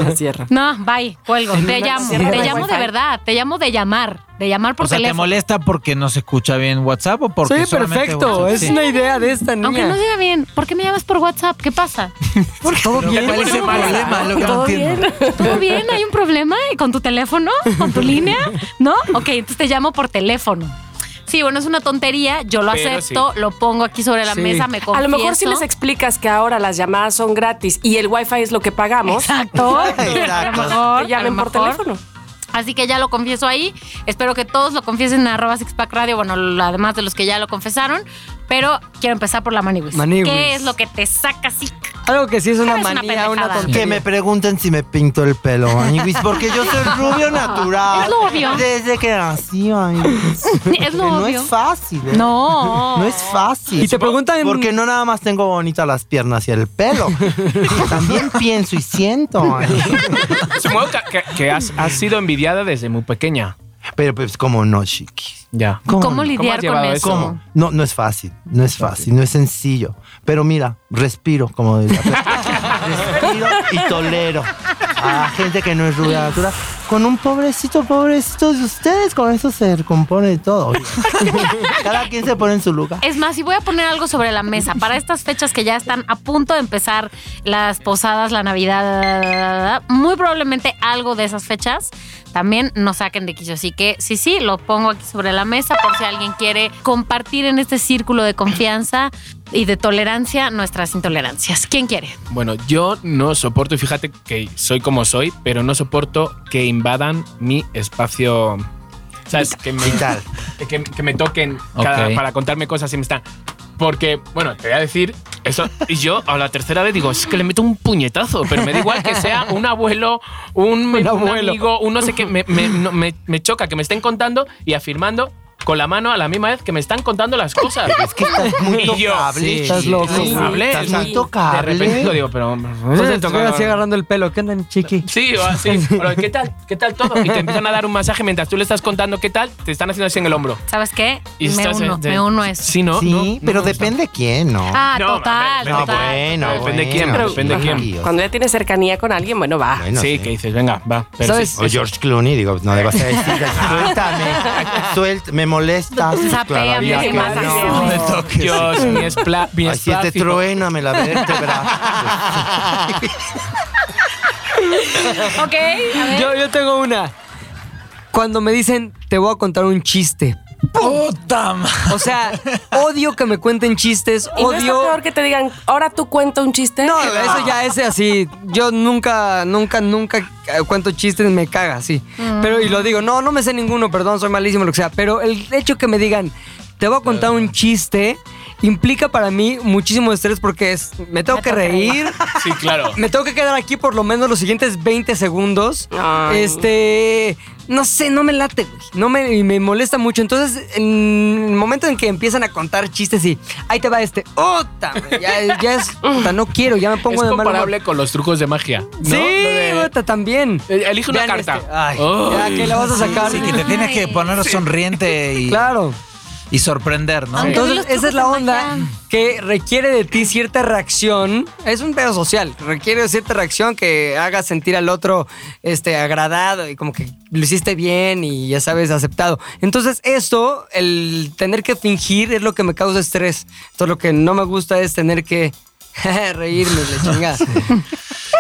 E: Una sierra.
A: No, bye, cuelgo. Te
E: una
A: llamo,
E: sierra
A: te
E: hay
A: llamo de
E: wifi.
A: verdad, te llamo de llamar, de llamar por
G: o sea, ¿te
A: teléfono.
G: molesta porque no se escucha bien WhatsApp o porque
B: Sí,
G: solamente
B: perfecto.
G: WhatsApp?
B: Es
G: Sí.
B: una idea de esta niña.
A: Aunque no diga bien, ¿por qué me llamas por WhatsApp? ¿Qué pasa?
B: Todo bien.
G: ¿Cuál es el
A: ¿Cómo?
G: problema? Es lo que no
E: ¿Todo bien?
G: entiendo.
A: ¿Todo bien? ¿Hay un problema ¿Y con tu teléfono? ¿Con tu línea? ¿No? Ok, entonces te llamo por teléfono. Sí, bueno, es una tontería, yo lo
C: Pero
A: acepto, lo pongo aquí sobre la
B: Sí.
A: mesa, me confieso.
E: A lo mejor si les explicas que ahora las llamadas son gratis y el wifi es lo que pagamos,
A: Exacto. *laughs* A lo
D: Exacto.
A: mejor,
E: te llamen
A: a lo
E: por
A: mejor.
E: teléfono.
A: Así que ya lo confieso ahí. Espero que todos lo confiesen en arroba Sixpack Radio. Bueno, lo- además de los que ya lo confesaron. Pero quiero empezar por la maniwis.
B: Maniwis.
A: ¿Qué es lo que te saca así?
B: Algo que sí es una
A: Es una
B: manía, una,
A: pendejada.
B: tontería.
D: Que me pregunten si me pinto el pelo, amiguis, porque yo soy rubio natural.
A: Es lo obvio.
D: Desde que nací, amiguis.
A: *laughs* Es lo
D: Que No
A: obvio.
D: es fácil, ¿eh?
A: No.
D: No es fácil.
B: Y te preguntan-
D: Porque no nada más tengo bonitas las piernas y el pelo. También pienso y siento. amiguis.
C: Supongo que, que- que has, has sido envidiada desde muy pequeña.
D: Pero pues como no, chiquis.
C: Ya.
A: ¿Cómo,
D: no?
A: lidiar
C: ¿Cómo has
A: con
C: llevado
A: eso?
C: eso?
D: ¿Cómo? No, no es fácil, no es fácil, no es sencillo. Pero mira, respiro, como diría. respiro y tolero a gente que no es rubia natural. Con un pobrecito, pobrecito de ustedes, con eso se compone todo. Cada quien se pone en su lugar.
A: Es más, y voy a poner algo sobre la mesa. Para estas fechas que ya están a punto de empezar las posadas, la Navidad, muy probablemente algo de esas fechas también no saquen de quicio. Así que sí, sí, lo pongo aquí sobre la mesa por si alguien quiere compartir en este círculo de confianza y de tolerancia nuestras intolerancias. ¿Quién quiere?
C: Bueno, yo no soporto, y fíjate que soy como soy, pero no soporto que invadan mi espacio. ¿Sabes? Que me,
D: Vital.
C: *laughs* que, que me toquen cada-
G: Ok.
C: para contarme cosas y me están. Porque, bueno, te voy a decir eso. Y yo a la tercera vez digo, es que le meto un puñetazo, pero me da igual que sea un abuelo,
D: *laughs*
C: un, un
B: abuelo.
C: amigo, un no sé qué. Me, me- no- me- me choca que me estén contando y afirmando con la mano a la misma vez que me están contando las cosas.
D: Es que estás muy
C: Y yo,
D: tocable.
C: sí,
D: chiqui.
B: estás loco.
D: Sí,
C: Tocable,
D: Estás
C: sí.
D: muy
C: De
D: tocable.
C: repente yo digo, pero.
B: Pues
C: te
B: te
C: toca-
B: tocan así agarrando el pelo. ¿Qué andan, chiqui?
C: Sí,
B: *laughs*
C: o así. Pero, ¿Qué tal? ¿Qué tal todo? Y te empiezan a dar un masaje mientras tú le estás contando qué tal, te están haciendo así en el hombro.
A: ¿Sabes qué?
C: Y
A: me
C: estás-
A: uno,
C: de-
A: me uno a eso.
C: Sí, ¿no?
D: sí,
C: no, no
D: pero
C: me gusta.
D: depende quién, ¿no?
A: Ah,
C: No,
A: total,
C: hombre,
D: no,
A: total.
D: bueno,
C: Depende quién,
D: bueno,
C: depende
D: sí,
C: quién. Ah,
D: sí, o
E: Cuando ya tienes cercanía con alguien, bueno, va.
D: Bueno,
C: sí,
D: sí.
C: que dices, venga, va. pero
B: ¿Sabes?
C: sí.
D: O George Clooney, digo, no debas decir,
C: *laughs*
D: suéltame, suéltame, me molestas.
A: *laughs* Zapéame,
D: Claro,
A: ¿qué
D: claro.
A: más haces?
D: No, me toques.
C: Dios, mi espla, mi
D: Así es, te
C: esplácido.
D: truena, me la vértebra.
C: *laughs*
A: Ok, a ver.
B: Yo, yo tengo una. Cuando me dicen, te voy a contar un chiste.
G: ¡Puta madre!
B: O sea, odio que me cuenten chistes,
E: ¿Y no está
B: odio.
E: peor que te digan, ahora tú cuenta un chiste?
B: No, eso ya es así. Yo nunca, nunca, nunca eh, cuento chistes, me caga, sí. Pero, y lo digo, no, no me sé ninguno, perdón, soy malísimo, lo que sea. Pero el hecho que me digan, te voy a contar un chiste, implica para mí muchísimo estrés porque es, me tengo que reír. *laughs*
C: Sí, claro.
B: Me tengo que quedar aquí por lo menos los siguientes 20 segundos.
E: Ay.
B: Este. No sé, no me late, güey. No me, y me molesta mucho. Entonces, en el momento en que empiezan a contar chistes y ahí te va este. ¡Ota! güey! Ya, ya
C: *laughs*
B: es. puta, no quiero, ya me
C: Es
B: pongo de mal humor.
C: comparable con los trucos de magia. ¿no?
B: Sí,
C: Lo de-
B: puta, también.
C: Eh, Elige una
B: Vean
C: carta. Oh.
B: este. Ay,
C: Ay.
B: ya que la vas a sacar.
G: Sí, que te tienes que poner sonriente y,
B: Claro.
G: y sorprender, ¿no?
A: Aunque
B: Entonces,
A: vi los
B: esa es la
A: trucos de
B: onda
A: magia.
B: que requiere de ti cierta reacción. Es un pedo social. Requiere cierta reacción que haga sentir al otro este, agradado y como que lo hiciste bien y ya sabes, aceptado. Entonces, esto, el tener que fingir es lo que me causa estrés. Entonces, lo que no me gusta es tener que *laughs* reírme, la chingada.
G: *laughs*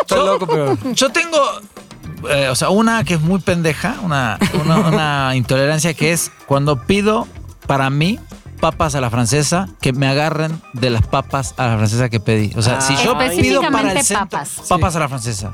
B: Estoy loco, pero.
G: Yo tengo, eh, o sea, una que es muy pendeja, una, una, una intolerancia que es cuando pido para mí papas a la francesa, que me agarren de las papas a la francesa que pedí. O sea, si yo pido para el
A: Ah. Específicamente
G: centro,
A: papas.
G: papas a la francesa.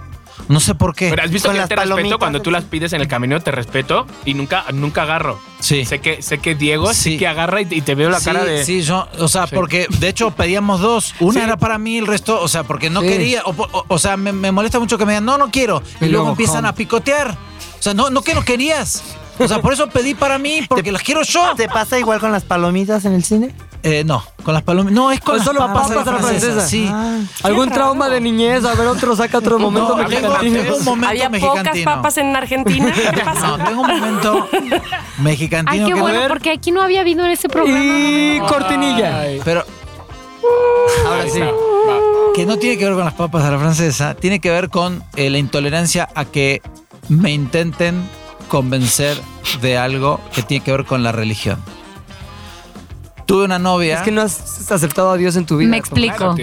G: No sé por qué.
C: Pero has visto
D: Con
C: que yo
D: las
C: te respeto
D: palomitas.
C: cuando tú las pides en el camino, te respeto y nunca, nunca agarro.
G: Sí.
C: Sé que, sé que Diego sí,
G: Sí.
C: que agarra y, y te veo la
G: Sí,
C: cara de.
G: sí, yo, o sea,
C: Sí.
G: porque de hecho pedíamos dos.
C: Sí.
G: Una era para mí, el resto, o sea, porque no
B: Sí.
G: quería, o, po- o- o sea, me, me molesta mucho que me digan, no, no quiero. Y,
B: Y
G: luego
B: luego,
G: empiezan
B: ¿cómo?
G: a picotear. O sea, no, no que no querías. O sea, por eso pedí para mí, porque las quiero yo.
D: ¿Te pasa igual con las palomitas en el cine?
G: Eh, no, con las palomitas. No, es con
B: Pues
G: las
B: solo
G: papas, a la
B: papas
G: francesa. Sí.
D: Ah.
B: ¿Algún trauma de niñez? A ver, otro saca otro momento
G: No, tengo,
B: mexicantino.
G: tengo un momento
E: Había pocas
G: mexicantino.
E: papas
G: *laughs*
E: en Argentina. ¿Qué pasa?
G: No, tengo un momento mexicantino.
A: Ay, qué
G: que-
A: bueno, porque aquí no había habido en ese programa.
B: Y cortinilla.
G: Pero
C: Ahora sí.
G: que no tiene que ver con las papas a la francesa, tiene que ver con eh, la intolerancia a que me intenten convencer de algo que tiene que ver con la religión. Tuve una novia,
B: Es que no has aceptado a Dios en tu vida.
A: Me
B: Tomás.
A: explico.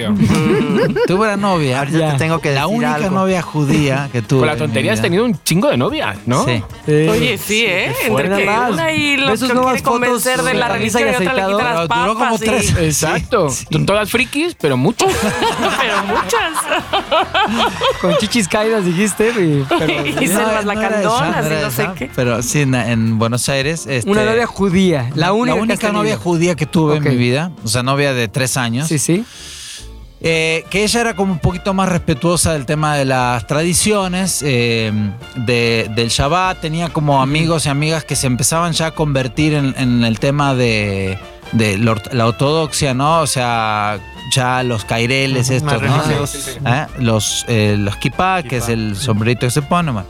G: tuve una
D: *laughs*
G: novia,
D: Ahorita te tengo que decir
G: la única
D: algo.
G: novia judía que tuve.
C: Por la
G: en mi
C: tontería has
G: vida.
C: tenido un chingo de novias, ¿no?
G: Sí.
E: Oye, sí, ¿eh? Entre
B: fuerte.
E: que
B: Nada más.
E: una y
B: Ve
E: lo
B: sus
E: que
B: nuevas
E: quiere convencer
B: fotos
E: de la
B: de camisa
E: religión y
B: y
E: otra le quita
B: aceitado.
E: las papas.
G: Duró como
E: y-
G: tres.
C: Exacto. Son Todas frikis, pero muchas.
E: *laughs* Pero muchas.
B: Con chichis caídas dijiste, y- pero
E: *laughs* Y se
G: No,
E: las
G: no era esa,
E: lacandonas
G: era
E: y no sé
G: esa,
E: qué.
G: Pero sí, en, en Buenos Aires. este,
B: una novia judía, la única, que has tenido.
G: novia judía que tuve
B: Ok.
G: en mi vida, o sea, novia de tres años.
B: Sí, sí.
G: Eh, que ella era como un poquito más respetuosa del tema de las tradiciones, eh, de- del Shabbat. Tenía como amigos y amigas que se empezaban ya a convertir en, en el tema de, de la ort- la ortodoxia, ¿no? O sea, ya los caireles
D: Ujú,
G: estos,
D: más
G: ¿no?
D: religiosos.
C: Sí, sí, sí.
G: ¿Eh? Los, eh, los kipá, que es el sombrerito que se pone, bueno.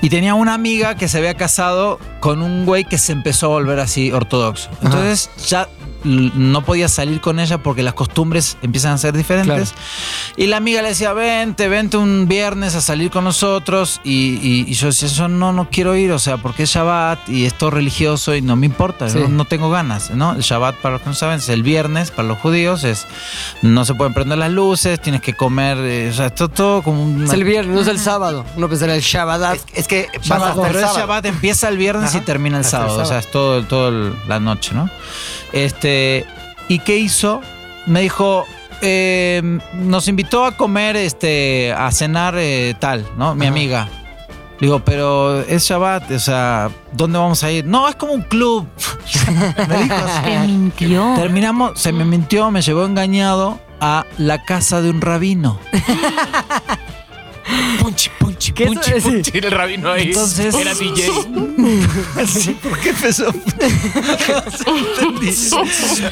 G: Y tenía una amiga que se había casado con un güey que se empezó a volver así ortodoxo. Entonces ya l- no podía salir con ella porque las costumbres empiezan a ser diferentes. Y la amiga le decía, vente, vente un viernes a salir con nosotros. Y, y- y yo decía, yo no, no quiero ir, o sea, porque es Shabbat y es todo religioso y no me importa,
B: Sí.
G: yo no tengo ganas, ¿no? El Shabbat, para los que no saben, es el viernes, para los judíos es, no se pueden prender las luces, tienes que comer, eh, o sea, esto todo como un...
B: Es el viernes, no es el sábado. Uno pensaría el Shabbat.
D: Es, es que vas
G: Shabbat,
D: hasta el
G: pero es
D: sábado.
G: Shabbat empieza el viernes
D: Ajá,
G: y termina el
D: hasta el
G: sábado, o sea,
D: sábado.
G: es todo, todo el- la noche, ¿no? Este, ¿y qué hizo? Me dijo, eh, nos invitó a comer, este, a cenar eh, tal, ¿no? Mi amiga. Le Digo, pero es Shabbat, o sea, ¿dónde vamos a ir? No, es como un club. me
B: *laughs*
G: dijo así.
A: Te
G: Ah.
A: mintió.
G: Terminamos, se me mintió, me llevó engañado a la casa de un rabino. *laughs* punchi, punchi,
B: ¿Qué es-
G: punchi,
B: sí.
G: punchi.
C: Sí, el rabino ahí.
G: Entonces-
C: Era DJ.
G: Sí, ¿por qué empezó?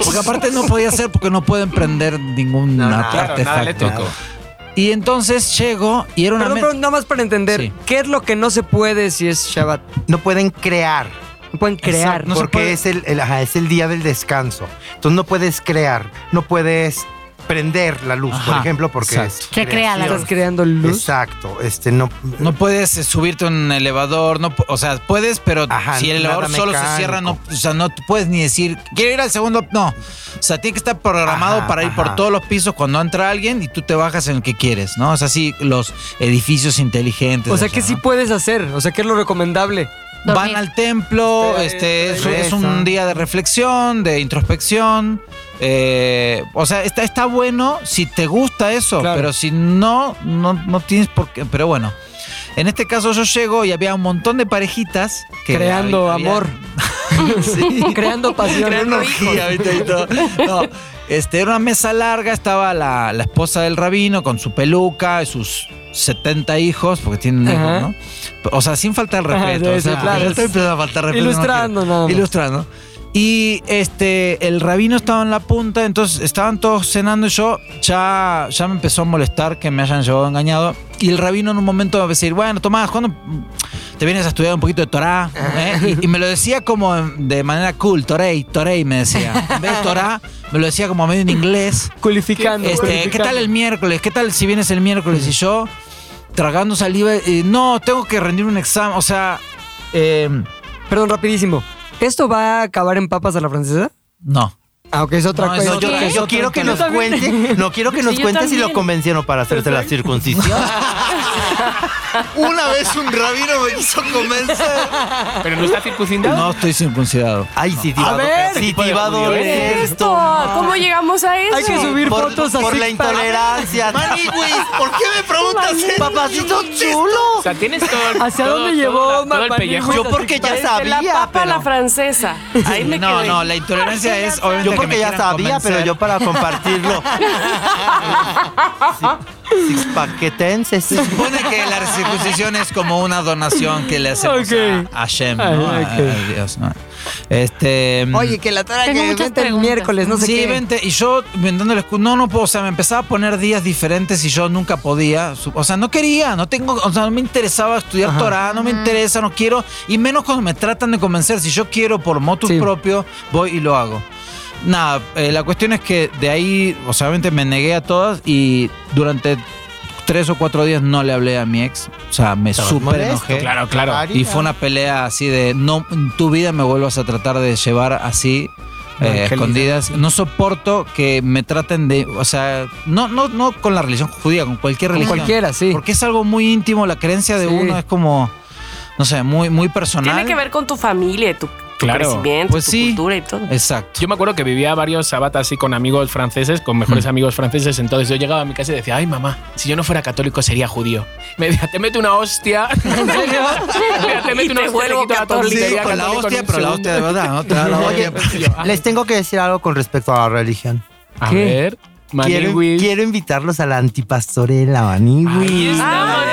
G: porque aparte no podía ser porque no pueden prender ningún
D: No, nada,
C: Claro,
G: artefacto.
C: nada eléctrico.
G: Y entonces llego y era una
B: Perdón,
G: me-
B: pero nada más para entender,
G: Sí.
B: ¿qué es lo que no se puede si es Shabbat?
D: No pueden crear.
B: No pueden crear.
G: Exacto. No se puede.
D: porque es el, el- ajá, es el día del descanso. Entonces no puedes crear, no puedes prender la luz, por
G: Ajá,
D: ejemplo, porque
G: exacto.
D: es
A: Se crea la
B: Estás
A: luz.
B: creando luz.
D: Exacto, este no,
G: No puedes eh, subirte a un elevador, no, pu- o sea, puedes, pero
D: Ajá,
G: si el
D: nada
G: elevador solo se
D: mecánico.
G: cierra, no, o sea, no te puedes ni decir, quiero ir al segundo, no. O sea, tiene que estar programado
D: Ajá,
G: para ir por
D: ajá.
G: todos los pisos cuando entra alguien y tú te bajas en el que quieres, ¿no? O sea, sí, los edificios inteligentes.
B: O sea,
G: allá,
B: ¿qué sí
G: ¿no?
B: puedes hacer? O sea, ¿qué es lo recomendable?
A: Dormir.
G: Van al templo,
B: eh,
G: este, es, es un
D: rezo.
G: día de reflexión, de introspección. eh, o sea, está, está bueno si te gusta eso,
B: Claro.
G: pero si no, no, no tienes por qué. Pero bueno, en este caso yo llego y había un montón de parejitas que
B: creando
G: hab- había-
B: amor. *laughs* Creando pasión.
G: *laughs* Creando orgía, ¿viste? Y todo. No, este, era una mesa larga, estaba la, la esposa del rabino con su peluca y sus 70 hijos, porque tienen
B: Ajá.
G: hijos, ¿no? O sea, sin faltar el
B: Ajá,
G: respeto.
B: sí,
G: o sea,
B: sí, claro.
G: yo estoy *laughs* empezando a faltar respeto, no
B: Ilustrando,
G: quiero.
B: nada más.
G: Ilustrando. Y este, el rabino estaba en la punta, entonces estaban todos cenando y yo ya, ya me empezó a molestar que me hayan llevado engañado. Y el rabino en un momento me a decir, bueno, Tomás, ¿cuándo te vienes a estudiar un poquito de Torah?
B: Ah.
G: ¿Eh? Y, y me lo decía como de manera cool, Torei, Torei me decía.
B: *laughs*
G: En vez de Torah, me lo decía como medio en inglés.
B: Culificando.
G: Este, ¿Qué
B: culificando.
G: tal el miércoles? ¿Qué tal si vienes el miércoles? Y yo, tragando saliva, eh, no, tengo que rendir un examen, o sea... eh,
B: Perdón, rapidísimo. ¿Esto va a acabar en papas a la francesa?
G: no.
B: Ah, ok, es otra
G: No, es
B: cosa.
D: No, yo,
G: otra- es
D: yo
G: otra
D: quiero que nos
G: historia.
D: cuente, no quiero que nos
E: yo
D: cuente si lo
E: también.
D: convencieron para hacerse la circuncisión. Una vez un rabino me hizo convencer.
C: Pero no está circuncidado.
G: No estoy circuncidado.
D: Ay, sí, te iba a,
B: ver.
D: doler, sí, te iba a
C: ¿Qué
E: ¿Qué
D: doler.
E: es esto? ¿Cómo llegamos a eso?
B: Hay que subir
D: Por,
B: fotos así.
D: por la intolerancia. ¿por qué me preguntas Papacito chulo.
C: O sea, tienes todo el,
B: ¿Hacia
C: todo-
B: dónde llevó
C: todo, todo el
B: Manny
C: pellejo.
D: Yo porque ya
E: De Este, la
D: sabía,
E: papa a la
A: *laughs*
D: pero...
E: francesa. Ahí me
G: no,
E: quedé.
G: no, la intolerancia es obviamente
D: Yo
G: que me
D: porque ya
G: quieran
D: sabía, pero
G: convencer.
D: yo
G: *laughs*
D: para compartirlo. Sí, Six paquetenses.
G: Se supone que la circuncisión es como una donación que le hacemos
B: Ok.
G: a, a Shem, ¿no?
B: Ah,
G: A-
B: ok.
G: a Dios, ¿no? Este, mm,
B: Oye, que la tara
A: Tengo
B: que
A: muchas
B: vente el
A: preguntas.
B: miércoles, no sé
G: sí,
B: qué.
G: vente. Y yo inventándoles. No, no puedo. O sea, me empezaba a poner días diferentes y yo nunca podía. Su- O sea, no quería. No tengo. O sea, no me interesaba estudiar Torah. No me interesa. No quiero. Y menos cuando me tratan de convencer. Si yo quiero por motus
B: Sí.
G: propio, voy y lo hago. Nada, eh, la cuestión es que de ahí, o sea, obviamente me negué a todas y durante tres o cuatro días no le hablé a mi ex. O sea, me
D: Estabas
G: súper
D: molesto,
G: enojé.
C: Claro,
D: Ah,
C: claro.
G: Y fue una pelea así de no, en tu vida me vuelvas a tratar de llevar así. eh,
B: Evangelizar,
G: escondidas. No soporto que me traten de. O sea, no, no, no con la religión judía, con cualquier
B: Con
G: religión.
B: cualquiera, sí.
G: Porque es algo muy íntimo, la creencia de
B: Sí.
G: uno es como, no sé, muy, muy personal.
E: Tiene que ver con tu familia, tu, tu
C: Claro.
E: crecimiento,
G: Pues
E: tu
G: sí.
E: cultura y todo.
G: Exacto.
C: Yo me acuerdo que vivía varios sabatas así con amigos franceses, con mejores amigos franceses. Entonces yo llegaba a mi casa y decía, ay mamá, si yo no fuera católico sería judío. Me decía, te mete una hostia.
D: *laughs*
C: *laughs* ¿En serio? te
E: Y
C: mete una
E: te
C: hostia.
E: vuelvo
C: quito la
E: católico.
C: tontería
D: Sí, con la
C: católico en
D: hostia,
C: un
D: pero la
C: segundo.
D: hostia de verdad, ¿no? Te da *laughs* la hostia.
G: pues,
D: Les tengo que decir algo con respecto a la religión.
C: A
B: ¿Qué?
C: ver,
D: Quiero,
C: Maniwis.
D: quiero invitarlos a la antipastorela, Maniwi.
E: Ah,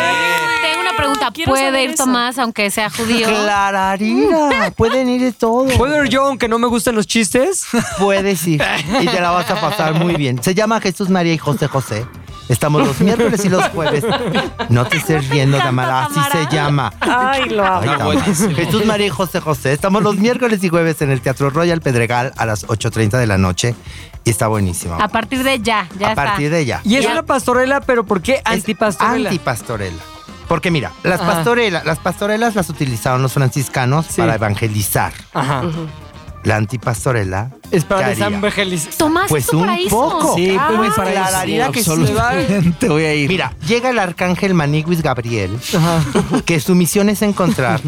A: Tengo una pregunta.
E: Quiero
A: ¿Puede
E: saber
A: ir
E: eso.
A: Tomás aunque sea
D: *laughs*
A: judío?
D: Clararira, pueden ir de todo.
B: ¿Puedo ir yo aunque no me gusten los chistes?
D: Puedes ir y te la vas a pasar muy bien. Se llama Jesús María y José José. Estamos los miércoles y los jueves. No te estés riendo, Tamara. Así
A: Tamara.
D: se llama.
E: Ay, lo
D: Ay,
E: amo.
D: Tamara. Jesús María y José José. Estamos los miércoles y jueves en el Teatro Royal Pedregal a las 8.30 de la noche. Y está buenísimo.
A: A partir de ya, Ah, ya
D: a partir de ella.
B: Y es
A: Ya.
B: una pastorela, pero ¿por qué antipastorela?
D: Antipastorela. Porque mira, las
B: Ajá.
D: pastorelas, las pastorelas las utilizaron los franciscanos
B: Sí.
D: para evangelizar.
B: Ajá.
D: La antipastorela
H: Es para
D: ¿Qué haría?
H: desangelizar.
A: está. Tomás
D: Pues
A: tu
D: un
A: paraíso.
D: poco.
H: Sí,
A: Ah,
H: pues
D: la
H: para
D: claridad que sí.
G: Absolutamente voy a ir.
D: Mira, llega el arcángel Maniguis Gabriel, que su misión es encontrar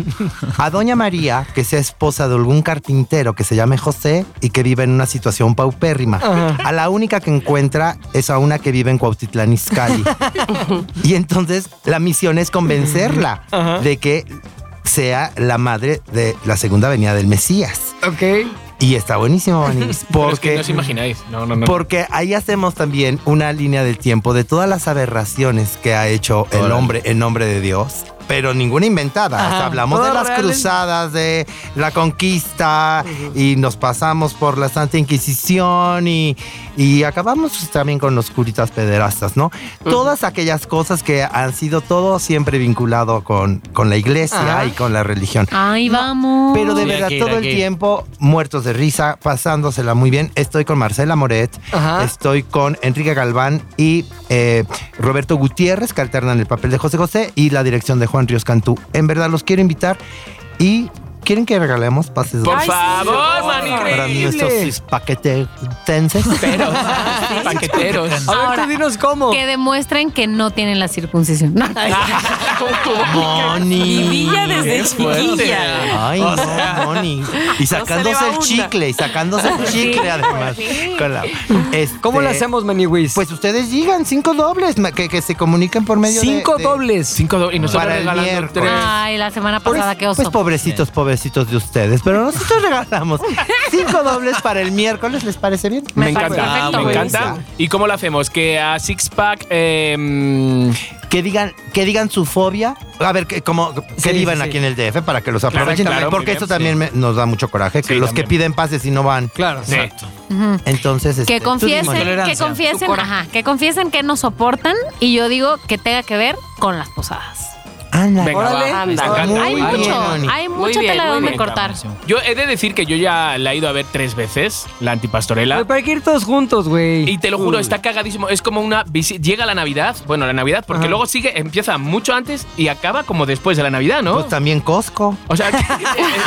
D: a Doña María, que sea esposa de algún carpintero que se llame José y que vive en una situación paupérrima. A la única que encuentra es a una que vive en Cuautitlán Izcalli. y entonces la misión es convencerla de que sea la madre de la segunda venida del Mesías.
B: Ok.
D: Y está buenísimo, Maniguis,
C: Pero
D: porque...
C: es que no os imagináis. No, no, no.
D: Porque ahí hacemos también una línea del tiempo de todas las aberraciones que ha hecho el
G: Órale.
D: hombre en nombre de Dios. Pero ninguna inventada. O sea,
B: Ajá.
D: hablamos de
B: Todas
D: las
B: reales.
D: cruzadas, de la conquista, y nos pasamos por la Santa Inquisición y, y acabamos también con los curitas pederastas, ¿no? Todas aquellas cosas que han sido todo siempre vinculado con, con la iglesia
B: Ajá.
D: y con la religión.
A: Ay, vamos.
D: Pero de
G: Sí,
D: verdad,
G: hay que ir,
D: todo
G: hay
D: el
G: que ir.
D: tiempo muertos de risa, pasándosela muy bien. Estoy con Marcela Moret,
B: Ajá.
D: estoy con Enrique Galván y eh, Roberto Gutiérrez, que alternan el papel de José José y la dirección de Juan Ríos Cantú. En verdad, los quiero invitar y quieren que regalemos pases
C: Por
E: Ay, sí,
C: favor,
E: sí,
D: para
C: Manigris.
D: nuestros
B: *laughs*
D: paquetenses. *laughs*
C: Pero, paqueteros.
B: A ver,
A: Ahora,
B: tú dinos cómo.
A: Que demuestren que no tienen la circuncisión. *laughs* No.
D: Moni.
E: Vivilla desde chiquilla.
D: Ay, no, Moni. Y sacándose
E: va
D: el
E: una.
D: chicle, y sacándose el chicle además. Con la-
B: pues ¿Cómo lo
D: Este,
B: hacemos, Maniwis?
D: Pues ustedes digan cinco dobles, ma- que, que se comuniquen por medio de-
B: cinco
D: de...
B: dobles.
C: Cinco do- y nosotros
D: Para el
C: regalando
D: miércoles.
C: tres.
A: Ay, la semana
D: Pobres-
A: pasada, qué oso.
D: Pues pobrecitos, pobrecitos de ustedes. Pero nosotros *laughs* regalamos cinco dobles para el miércoles, ¿les parece bien?
C: Me,
A: Me parece
C: encanta,
A: perfecto.
C: me encanta. ¿Y cómo lo hacemos? Que a em, Six Pack.
D: Que digan, que digan su fobia. A ver, que, como,
B: Sí,
D: que vivan
B: sí, sí.
D: aquí en el DF para que los aprovechen.
C: Claro, claro, muy
D: porque esto
C: bien,
D: también me- nos da mucho coraje.
C: Sí,
D: Que los
C: también.
D: que piden pases y no van.
B: Claro.
A: Ujú.
D: Entonces, este,
A: Que
D: tú dime.
A: confiesen, que
G: tolerancia.
A: confiesen, ajá, que confiesen que no soportan y yo digo que tenga que ver con las posadas.
D: Ándale.
C: Venga,
B: Órale.
C: va, me
E: Anda.
C: encanta.
D: Muy
A: hay
D: bien,
A: mucho,
D: Ani.
A: hay
E: Muy
A: mucha
E: bien,
A: tela
E: muy
A: donde
E: bien.
A: cortar.
C: Yo he de decir que yo ya la he ido a ver tres veces, la antipastorela.
B: Pero para que ir todos juntos, güey.
C: Y te lo juro, está cagadísimo. Es como una visi- Llega la Navidad, bueno, la Navidad, porque
B: Ajá.
C: luego sigue, empieza mucho antes y acaba como después de la Navidad, ¿no?
D: Pues también Costco.
C: o sea, *laughs* que-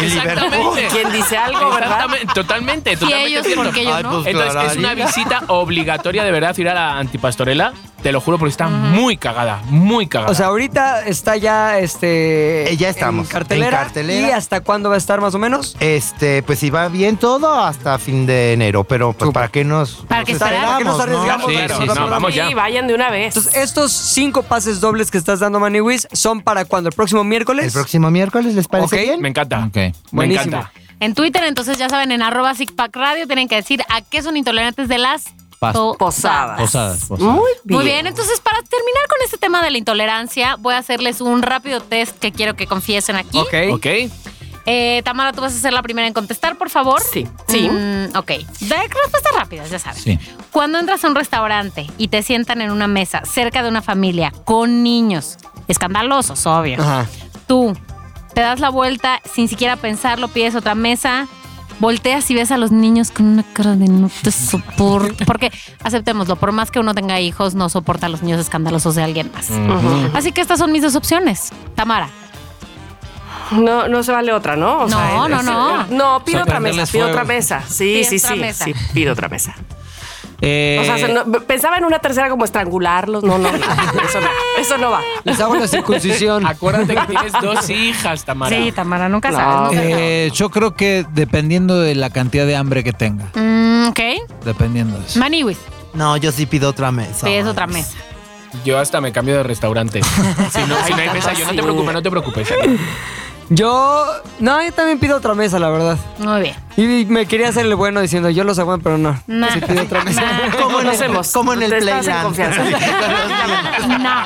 C: exactamente.
E: Quien Oh, dice algo, ¿verdad?
C: Exactamente, Totalmente,
A: Y
C: totalmente.
A: ellos,
C: cierto.
A: porque yo
D: Ay,
A: no.
D: pues-
C: Entonces es una
D: Clararina.
C: visita obligatoria de verdad ir a la antipastorela. Te lo juro, porque está muy cagada, muy cagada.
B: O sea, ahorita está ya este.
D: Eh, ya estamos,
B: En cartelera.
D: en cartelera.
B: ¿Y hasta cuándo va a estar más o menos?
D: Este, pues si va bien todo hasta fin de enero, pero pues para qué nos
A: Para que
D: nos
A: esperar.
D: esperamos,
B: ¿Para qué nos
D: no?
B: arriesgamos?
C: Sí,
B: Claro,
C: sí,
B: claro.
C: no, vamos ya.
E: Sí, vayan de una vez.
B: Entonces, estos cinco pases dobles que estás dando, Maniwis, son para cuando el próximo miércoles.
D: El próximo miércoles les parece
B: Ok.
D: bien?
C: me encanta.
G: Ok.
C: Me
B: Buenísimo.
C: encanta.
A: En Twitter, entonces ya saben, en arroba Sixpack Radio tienen que decir a qué son intolerantes de las
G: Pas-
A: posadas.
E: Posadas.
G: Posadas, posadas.
E: Muy bien.
A: Muy bien, entonces para terminar con este tema de la intolerancia, voy a hacerles un rápido test que quiero que confiesen aquí.
B: Ok.
C: Ok.
A: Eh, Tamara, tú vas a ser la primera en contestar, por favor.
E: Sí. Sí.
A: Mm, ok. Da respuestas rápidas, ya sabes.
G: Sí.
A: Cuando entras a un restaurante y te sientan en una mesa cerca de una familia con niños, escandalosos, obvio.
B: Ajá.
A: Tú te das la vuelta sin siquiera pensarlo, pides otra mesa, volteas y ves a los niños con una cara de no te
B: *laughs*
A: soporto. Porque aceptémoslo, por más que uno tenga hijos, no soporta a los niños escandalosos de alguien más.
E: Ujú.
A: Así que estas son mis dos opciones. Tamara,
E: No, no se vale otra, ¿no?
A: No,
E: O sea,
A: no,
E: es- eh,
A: no.
E: No, pido otra
G: Sorprenderles
E: mesa, pido
G: fuego.
E: otra mesa. Sí,
A: Pides
E: sí,
A: otra
E: sí,
A: mesa.
E: sí, pido otra mesa.
G: Eh,
E: O sea, se- no- pensaba en una tercera como estrangularlos. No, no, no, eso no, eso no va.
B: Les hago la
C: *laughs*
B: circuncisión.
C: Acuérdate que tienes dos hijas, Tamara.
A: Sí, Tamara, nunca
E: No.
A: sabes. no te-
G: eh, yo creo que dependiendo de la cantidad de hambre que tenga.
A: Mm, ok.
G: Dependiendo de eso.
A: Maniwis,
D: No, yo sí pido otra mesa.
A: pides otra mesa.
C: Yo hasta me cambio de restaurante. si, no, si no hay mesa, yo no te preocupes, no te preocupes.
B: Yo. No, yo también pido otra mesa, la verdad.
A: Muy bien.
B: Y me quería hacer el bueno diciendo, yo los aguanto, pero no.
A: Nah.
B: Sí pido
A: *laughs*
B: otra mesa.
A: Nah.
D: *laughs* Como en el,
E: Conocemos.
D: como en el
E: Te estás en
D: Playland. *laughs*
E: confianza.
A: No.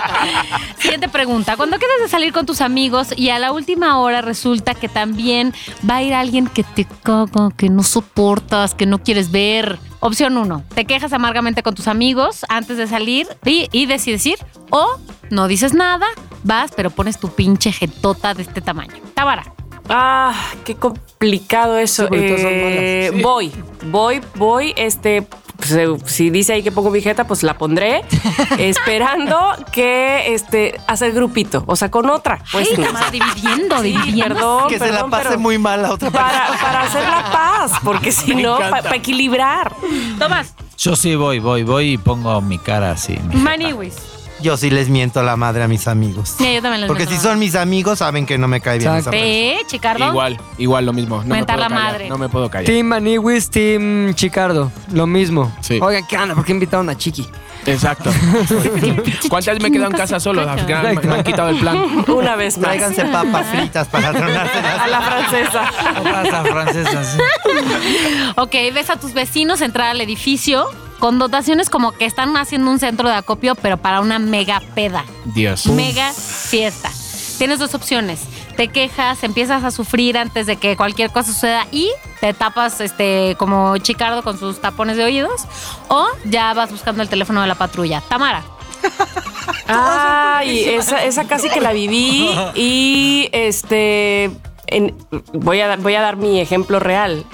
A: Siguiente pregunta. Cuando quedas de salir con tus amigos y a la última hora resulta que también va a ir alguien que te caga, que no soportas, que no quieres ver. Opción 1, te quejas amargamente con tus amigos antes de salir y, y deci- decir, o no dices nada, vas, pero pones tu pinche jetota de este tamaño. Tabara.
E: Ah, qué complicado eso.
B: Sí, porque todas son
E: Eh, Voy, voy, voy, este. pues, eh, si dice ahí que pongo mi jeta, pues la
D: *laughs*
E: pondré. esperando que este hacer grupito. O sea, con otra. Pues,
A: Ay,
E: no.
A: nomás dividiendo,
E: Sí,
A: dividiendo.
E: perdón,
D: que se la
E: Oh, perdón,
D: pase
E: pero
D: muy mal la otra
E: Para, para hacer la paz,
D: *laughs*
E: porque si no, para equilibrar.
A: Tomás,
G: Yo sí voy, voy, voy y pongo mi cara así. mi
A: Maniwis.
D: Yo sí les miento la madre a mis amigos.
A: Sí, yo también les
D: Porque
A: meto
D: si
A: la
D: son mis amigos, saben que no me cae bien esa
B: Exacto.
D: persona.
A: Eh, Chicardo.
C: Igual, igual lo mismo. No
A: Mentar
C: me puedo
A: la
C: callar,
A: madre.
C: No me puedo callar.
B: Team Maniwis, Team Chicardo. Lo mismo.
C: Sí.
B: Oigan, ¿qué onda? ¿Por qué invitaron a Chiqui?
C: Exacto. ¿Cuántas me he quedado en casa solo? Las que han- Me han quitado el
E: *laughs*
C: plan.
E: Una vez más.
D: Tráiganse papas fritas para tronárselas.
E: *laughs* A la francesa.
G: jeta. francesas. sí.
A: Ok, ves a tus vecinos entrar al edificio con dotaciones como que están haciendo un centro de acopio, pero para una mega peda.
C: Dios.
A: Mega fiesta. Tienes dos opciones. Te quejas, empiezas a sufrir antes de que cualquier cosa suceda y te tapas este como Chicardo con sus tapones de oídos o ya vas buscando el teléfono de la patrulla. Tamara.
E: Ay, esa, esa casi que la viví y este en- voy, a, voy a dar mi ejemplo real.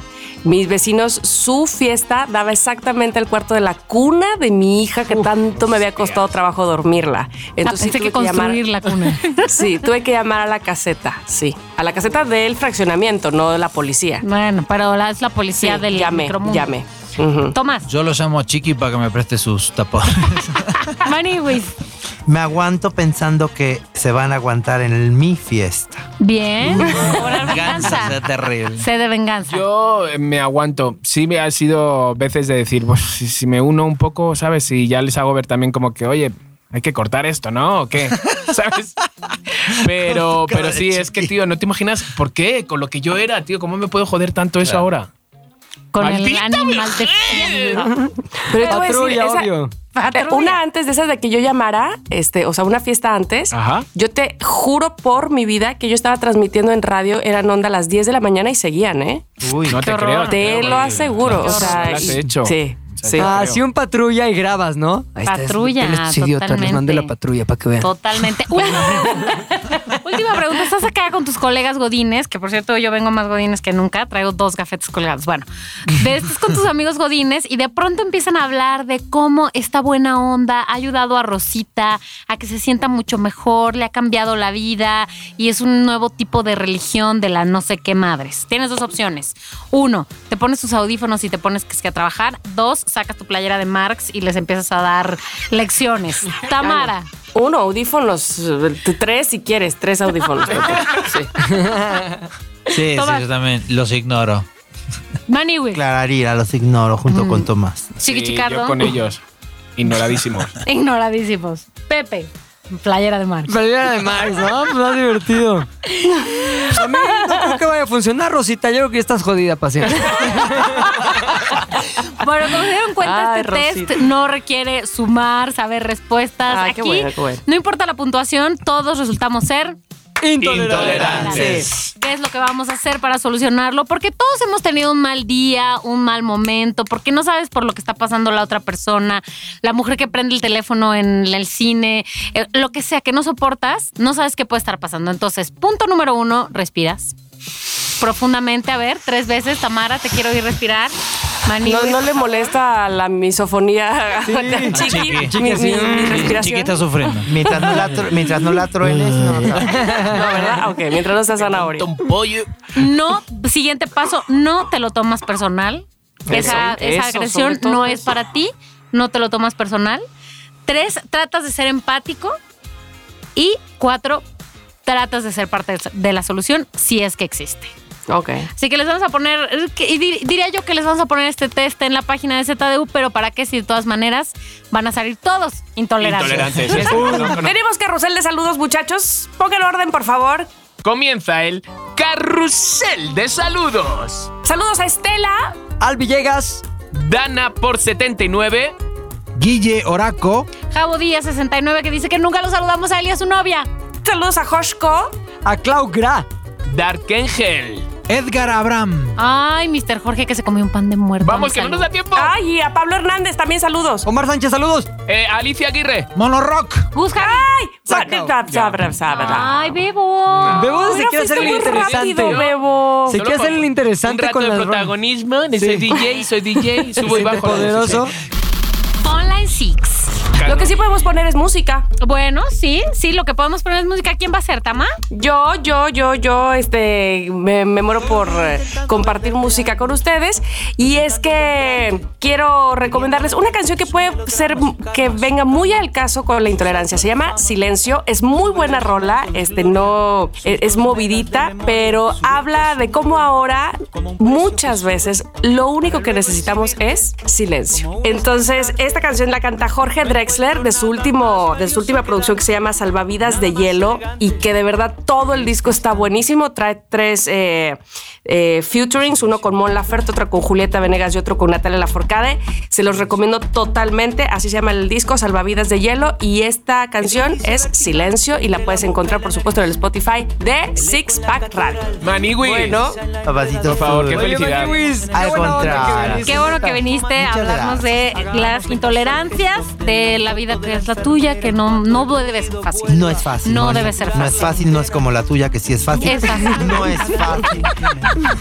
E: Mis vecinos, su fiesta daba exactamente el cuarto de la cuna de mi hija que tanto me había costado trabajo dormirla. Entonces
A: Entonces,
E: sí
A: pensé que
E: tuve llamar-
A: construir la
E: *laughs*
A: cuna.
E: Sí, tuve que llamar a la caseta, sí, a la caseta del fraccionamiento, no de la policía.
A: bueno, pero ahora es la
E: Mm, Sí,
A: policía del
E: llamé,
A: micromundo.
E: llamé. Ujú.
A: Tomás.
G: Yo lo llamo a Chiqui para que me preste sus tapones.
A: Maniwis.
D: Me aguanto pensando que se van a aguantar en mi fiesta.
A: Bien. Cobrar
G: Venganza,
A: venganza.
G: sea terrible.
A: Sed de venganza.
C: Yo eh, me aguanto. Sí me ha sido veces de decir, pues si, si me uno un poco, ¿sabes? Y ya les hago ver también como que, oye, hay que cortar esto, ¿no? ¿O qué? *laughs* ¿Sabes? Pero,
D: Con tu cara
C: pero sí,
D: de
C: es que,
D: chiqui.
C: tío, no te imaginas por qué, con lo que yo era, tío, ¿cómo me puedo joder tanto eso ahora?
A: con el
C: ¡Maldita
A: animal de fiesta.
E: Pero te voy a decir,
B: Patrulla,
E: esa-
B: obvio.
E: Eh, Una antes de esas de que yo llamara, este, o sea, una fiesta antes.
C: Ajá.
E: Yo te juro por mi vida que yo estaba transmitiendo en radio, eran onda a las 10 de la mañana y seguían, ¿eh?
D: Uy,
C: No te
A: horror.
C: creo. no
E: Te
C: creo,
E: lo
C: güey.
E: aseguro.
C: Ah, Qué
E: O sea,
C: horror, lo has
E: y-
C: hecho.
E: Sí,
C: O sea,
E: sí.
C: yo
B: Ah,
C: creo.
B: sí, un patrulla y grabas, ¿no? Ahí está, es-
A: Patrulla,
B: tienes tus idiotas, les mandé la
A: totalmente.
B: patrulla para que vean.
A: Totalmente. *laughs* Última pregunta. Última pregunta. Estás acá con tus colegas godines, que por cierto yo vengo más godines que nunca, traigo dos gafetes colgados. Bueno, de- estás con tus amigos godines y de pronto empiezan a hablar de cómo esta buena onda ha ayudado a Rosita a que se sienta mucho mejor, le ha cambiado la vida y es un nuevo tipo de religión de la no sé qué madres. Tienes dos opciones. Uno, te pones tus audífonos y te pones que, es que a trabajar. Dos, sacas tu playera de Marx y les empiezas a dar lecciones. Tamara.
E: Uno, audífonos. eh, t- Tres si quieres, tres
C: *laughs*
E: audífonos. por favor. Sí.
G: Sí, sí,
A: Tomás.
G: yo también los ignoro.
A: Maniwis.
D: Clararira, los ignoro junto con Tomás.
A: Chiqui
C: Sí,
A: Chicardo.
C: Yo con ellos.
D: *laughs*
C: Ignoradísimos.
A: *laughs* Ignoradísimos. Pepe. Playera de
C: *laughs*
A: mar.
B: Playera de Max, ¿no? Pues más divertido. A mí no creo que vaya a funcionar, Rosita. Yo creo que ya estás jodida, paciente.
A: Bueno, como se dieron cuenta,
E: Ay,
A: este
E: Rosita.
A: test no requiere sumar, saber respuestas.
E: Ay,
A: Aquí,
E: qué bueno, qué bueno.
A: no importa la puntuación, todos resultamos ser
C: Intolerantes.
A: qué es lo que vamos a hacer para solucionarlo, porque todos hemos tenido un mal día, un mal momento, porque no sabes por lo que está pasando la otra persona, la mujer que prende el teléfono en el cine, eh, lo que sea que no soportas, no sabes qué puede estar pasando. Entonces, punto número uno, respiras profundamente, a ver, tres veces, Tamara, te quiero ir respirar. Mani,
E: No, no le molesta la misofonía a *laughs* Chiqui,
G: Chiqui.
E: mi,
B: Chiqui, sí.
E: mi- mi respiración.
G: Chiqui está sufriendo.
D: Mientras no la, tru- mientras no la truenes, no. o sea,
E: No, ¿verdad? Ok, mientras no sea zanahoria.
A: No, siguiente paso, no te lo tomas personal. esa
E: Eso,
A: esa
E: eso,
A: agresión
E: sobre todo
A: no
E: eso.
A: es para ti, no te lo tomas personal. Tres, tratas de ser empático. Y cuatro, tratas de ser parte de la solución si es que existe.
E: Ok.
A: Así que les vamos a poner, que- y di- diría yo que les vamos a poner este test en la página de ZDU, pero ¿para qué si de todas maneras van a salir todos intolerantes?
C: Intolerantes.
E: *laughs*
C: Eso, no, no, no.
E: Tenemos carrusel de saludos, muchachos. Pongan orden, por favor.
C: Comienza el carrusel de saludos.
E: Saludos a Estela.
B: Al Villegas,
C: Dana por 79.
G: Guille Oraco,
A: *laughs* Javo Díaz 69 que dice que nunca lo saludamos a él y a su novia.
E: Saludos a Joshko.
B: a Clau Gra,
C: Dark Angel.
G: Edgar Abraham.
A: Ay, Mr. Jorge que se comió un pan de muerto.
C: Vamos, que no
A: Salud.
C: nos da tiempo.
E: Ay, y a Pablo Hernández también saludos.
B: Omar Sánchez, saludos.
C: Eh, Alicia Aguirre.
G: Mono Rock.
A: Gus Harry.
E: Ay,
B: Sácalo.
E: sabra, sabra, sabra.
A: Ay, Bebo.
B: Bebo se
E: Mira,
B: quiere hacer el
E: fuiste muy
B: interesante.
E: rápido, Bebo.
B: Se
C: Solo
B: quiere hacer
C: por
B: el interesante
C: un rato
B: con
C: de
B: las
C: protagonismo. de Soy DJ,
B: *laughs*
C: soy DJ, subo y
B: Siente
C: bajo.
B: poderoso.
A: Online Six.
E: Lo que sí podemos poner es música.
A: Bueno, sí, sí, lo que podemos poner es música. ¿Quién va a ser, Tama?
E: Yo, yo, yo, yo, este, me, me muero por eh, compartir música con ustedes. Y es que quiero recomendarles una canción que puede ser que venga muy al caso con la intolerancia. Se llama Silencio. Es muy buena rola. Este, no e- es movidita, pero habla de cómo ahora muchas veces lo único que necesitamos es silencio. Entonces, esta canción la canta Jorge Drexler de su último de su última producción que se llama Salvavidas de hielo y que de verdad todo el disco está buenísimo. Trae tres eh, eh, featurings, uno con Mon Laferte, otro con Julieta Venegas y otro con Natalia Laforcade. Se los recomiendo totalmente. Así se llama el disco Salvavidas de hielo y esta canción es Silencio y la puedes encontrar por supuesto en el Spotify de Six Pack Radio.
C: Manigui.
B: Bueno,
C: Por
D: Papacito.
C: favor, qué
D: Azul.
B: oye,
C: felicidad.
B: Maniwis, qué
D: Al
B: buena onda que
D: contrario.
B: viniste,
A: Qué bueno que
B: neta.
A: viniste a
D: Muchas
A: hablarnos de las intolerancias, de la vida que es la tuya, que no, no debe ser fácil.
D: No es fácil.
A: No debe ser
D: No es
A: fácil.
D: fácil, no es como la tuya, que sí es fácil.
A: Es fácil.
D: *laughs* No es fácil.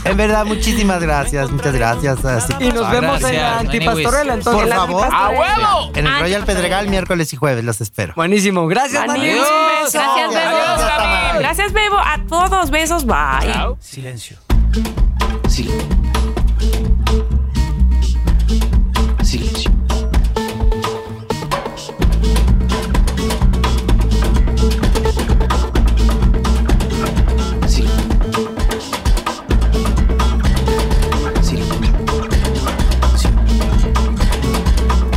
D: En verdad, muchísimas gracias, muchas gracias. así-
B: Y nos vemos en la
G: Gracias,
B: antipastorela,
G: Maniwis.
B: entonces.
D: Por favor.
C: ¡A huevo!
D: En el
A: Ay.
D: Royal Pedregal, miércoles y jueves, los espero.
B: Buenísimo. Gracias,
E: Maniwis,
B: Maniwis.
E: un beso.
A: Gracias, Bebo.
C: Adiós, Samir.
E: Gracias, Bebo. A todos, besos. Bye.
C: Chao.
I: Silencio. Sil- Silencio. Sil- Sil- Sil-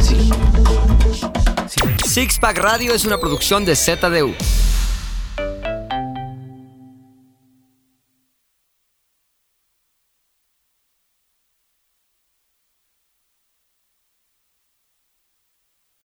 I: Sil- Silencio.
B: Six Pack Radio es una producción de ZDU.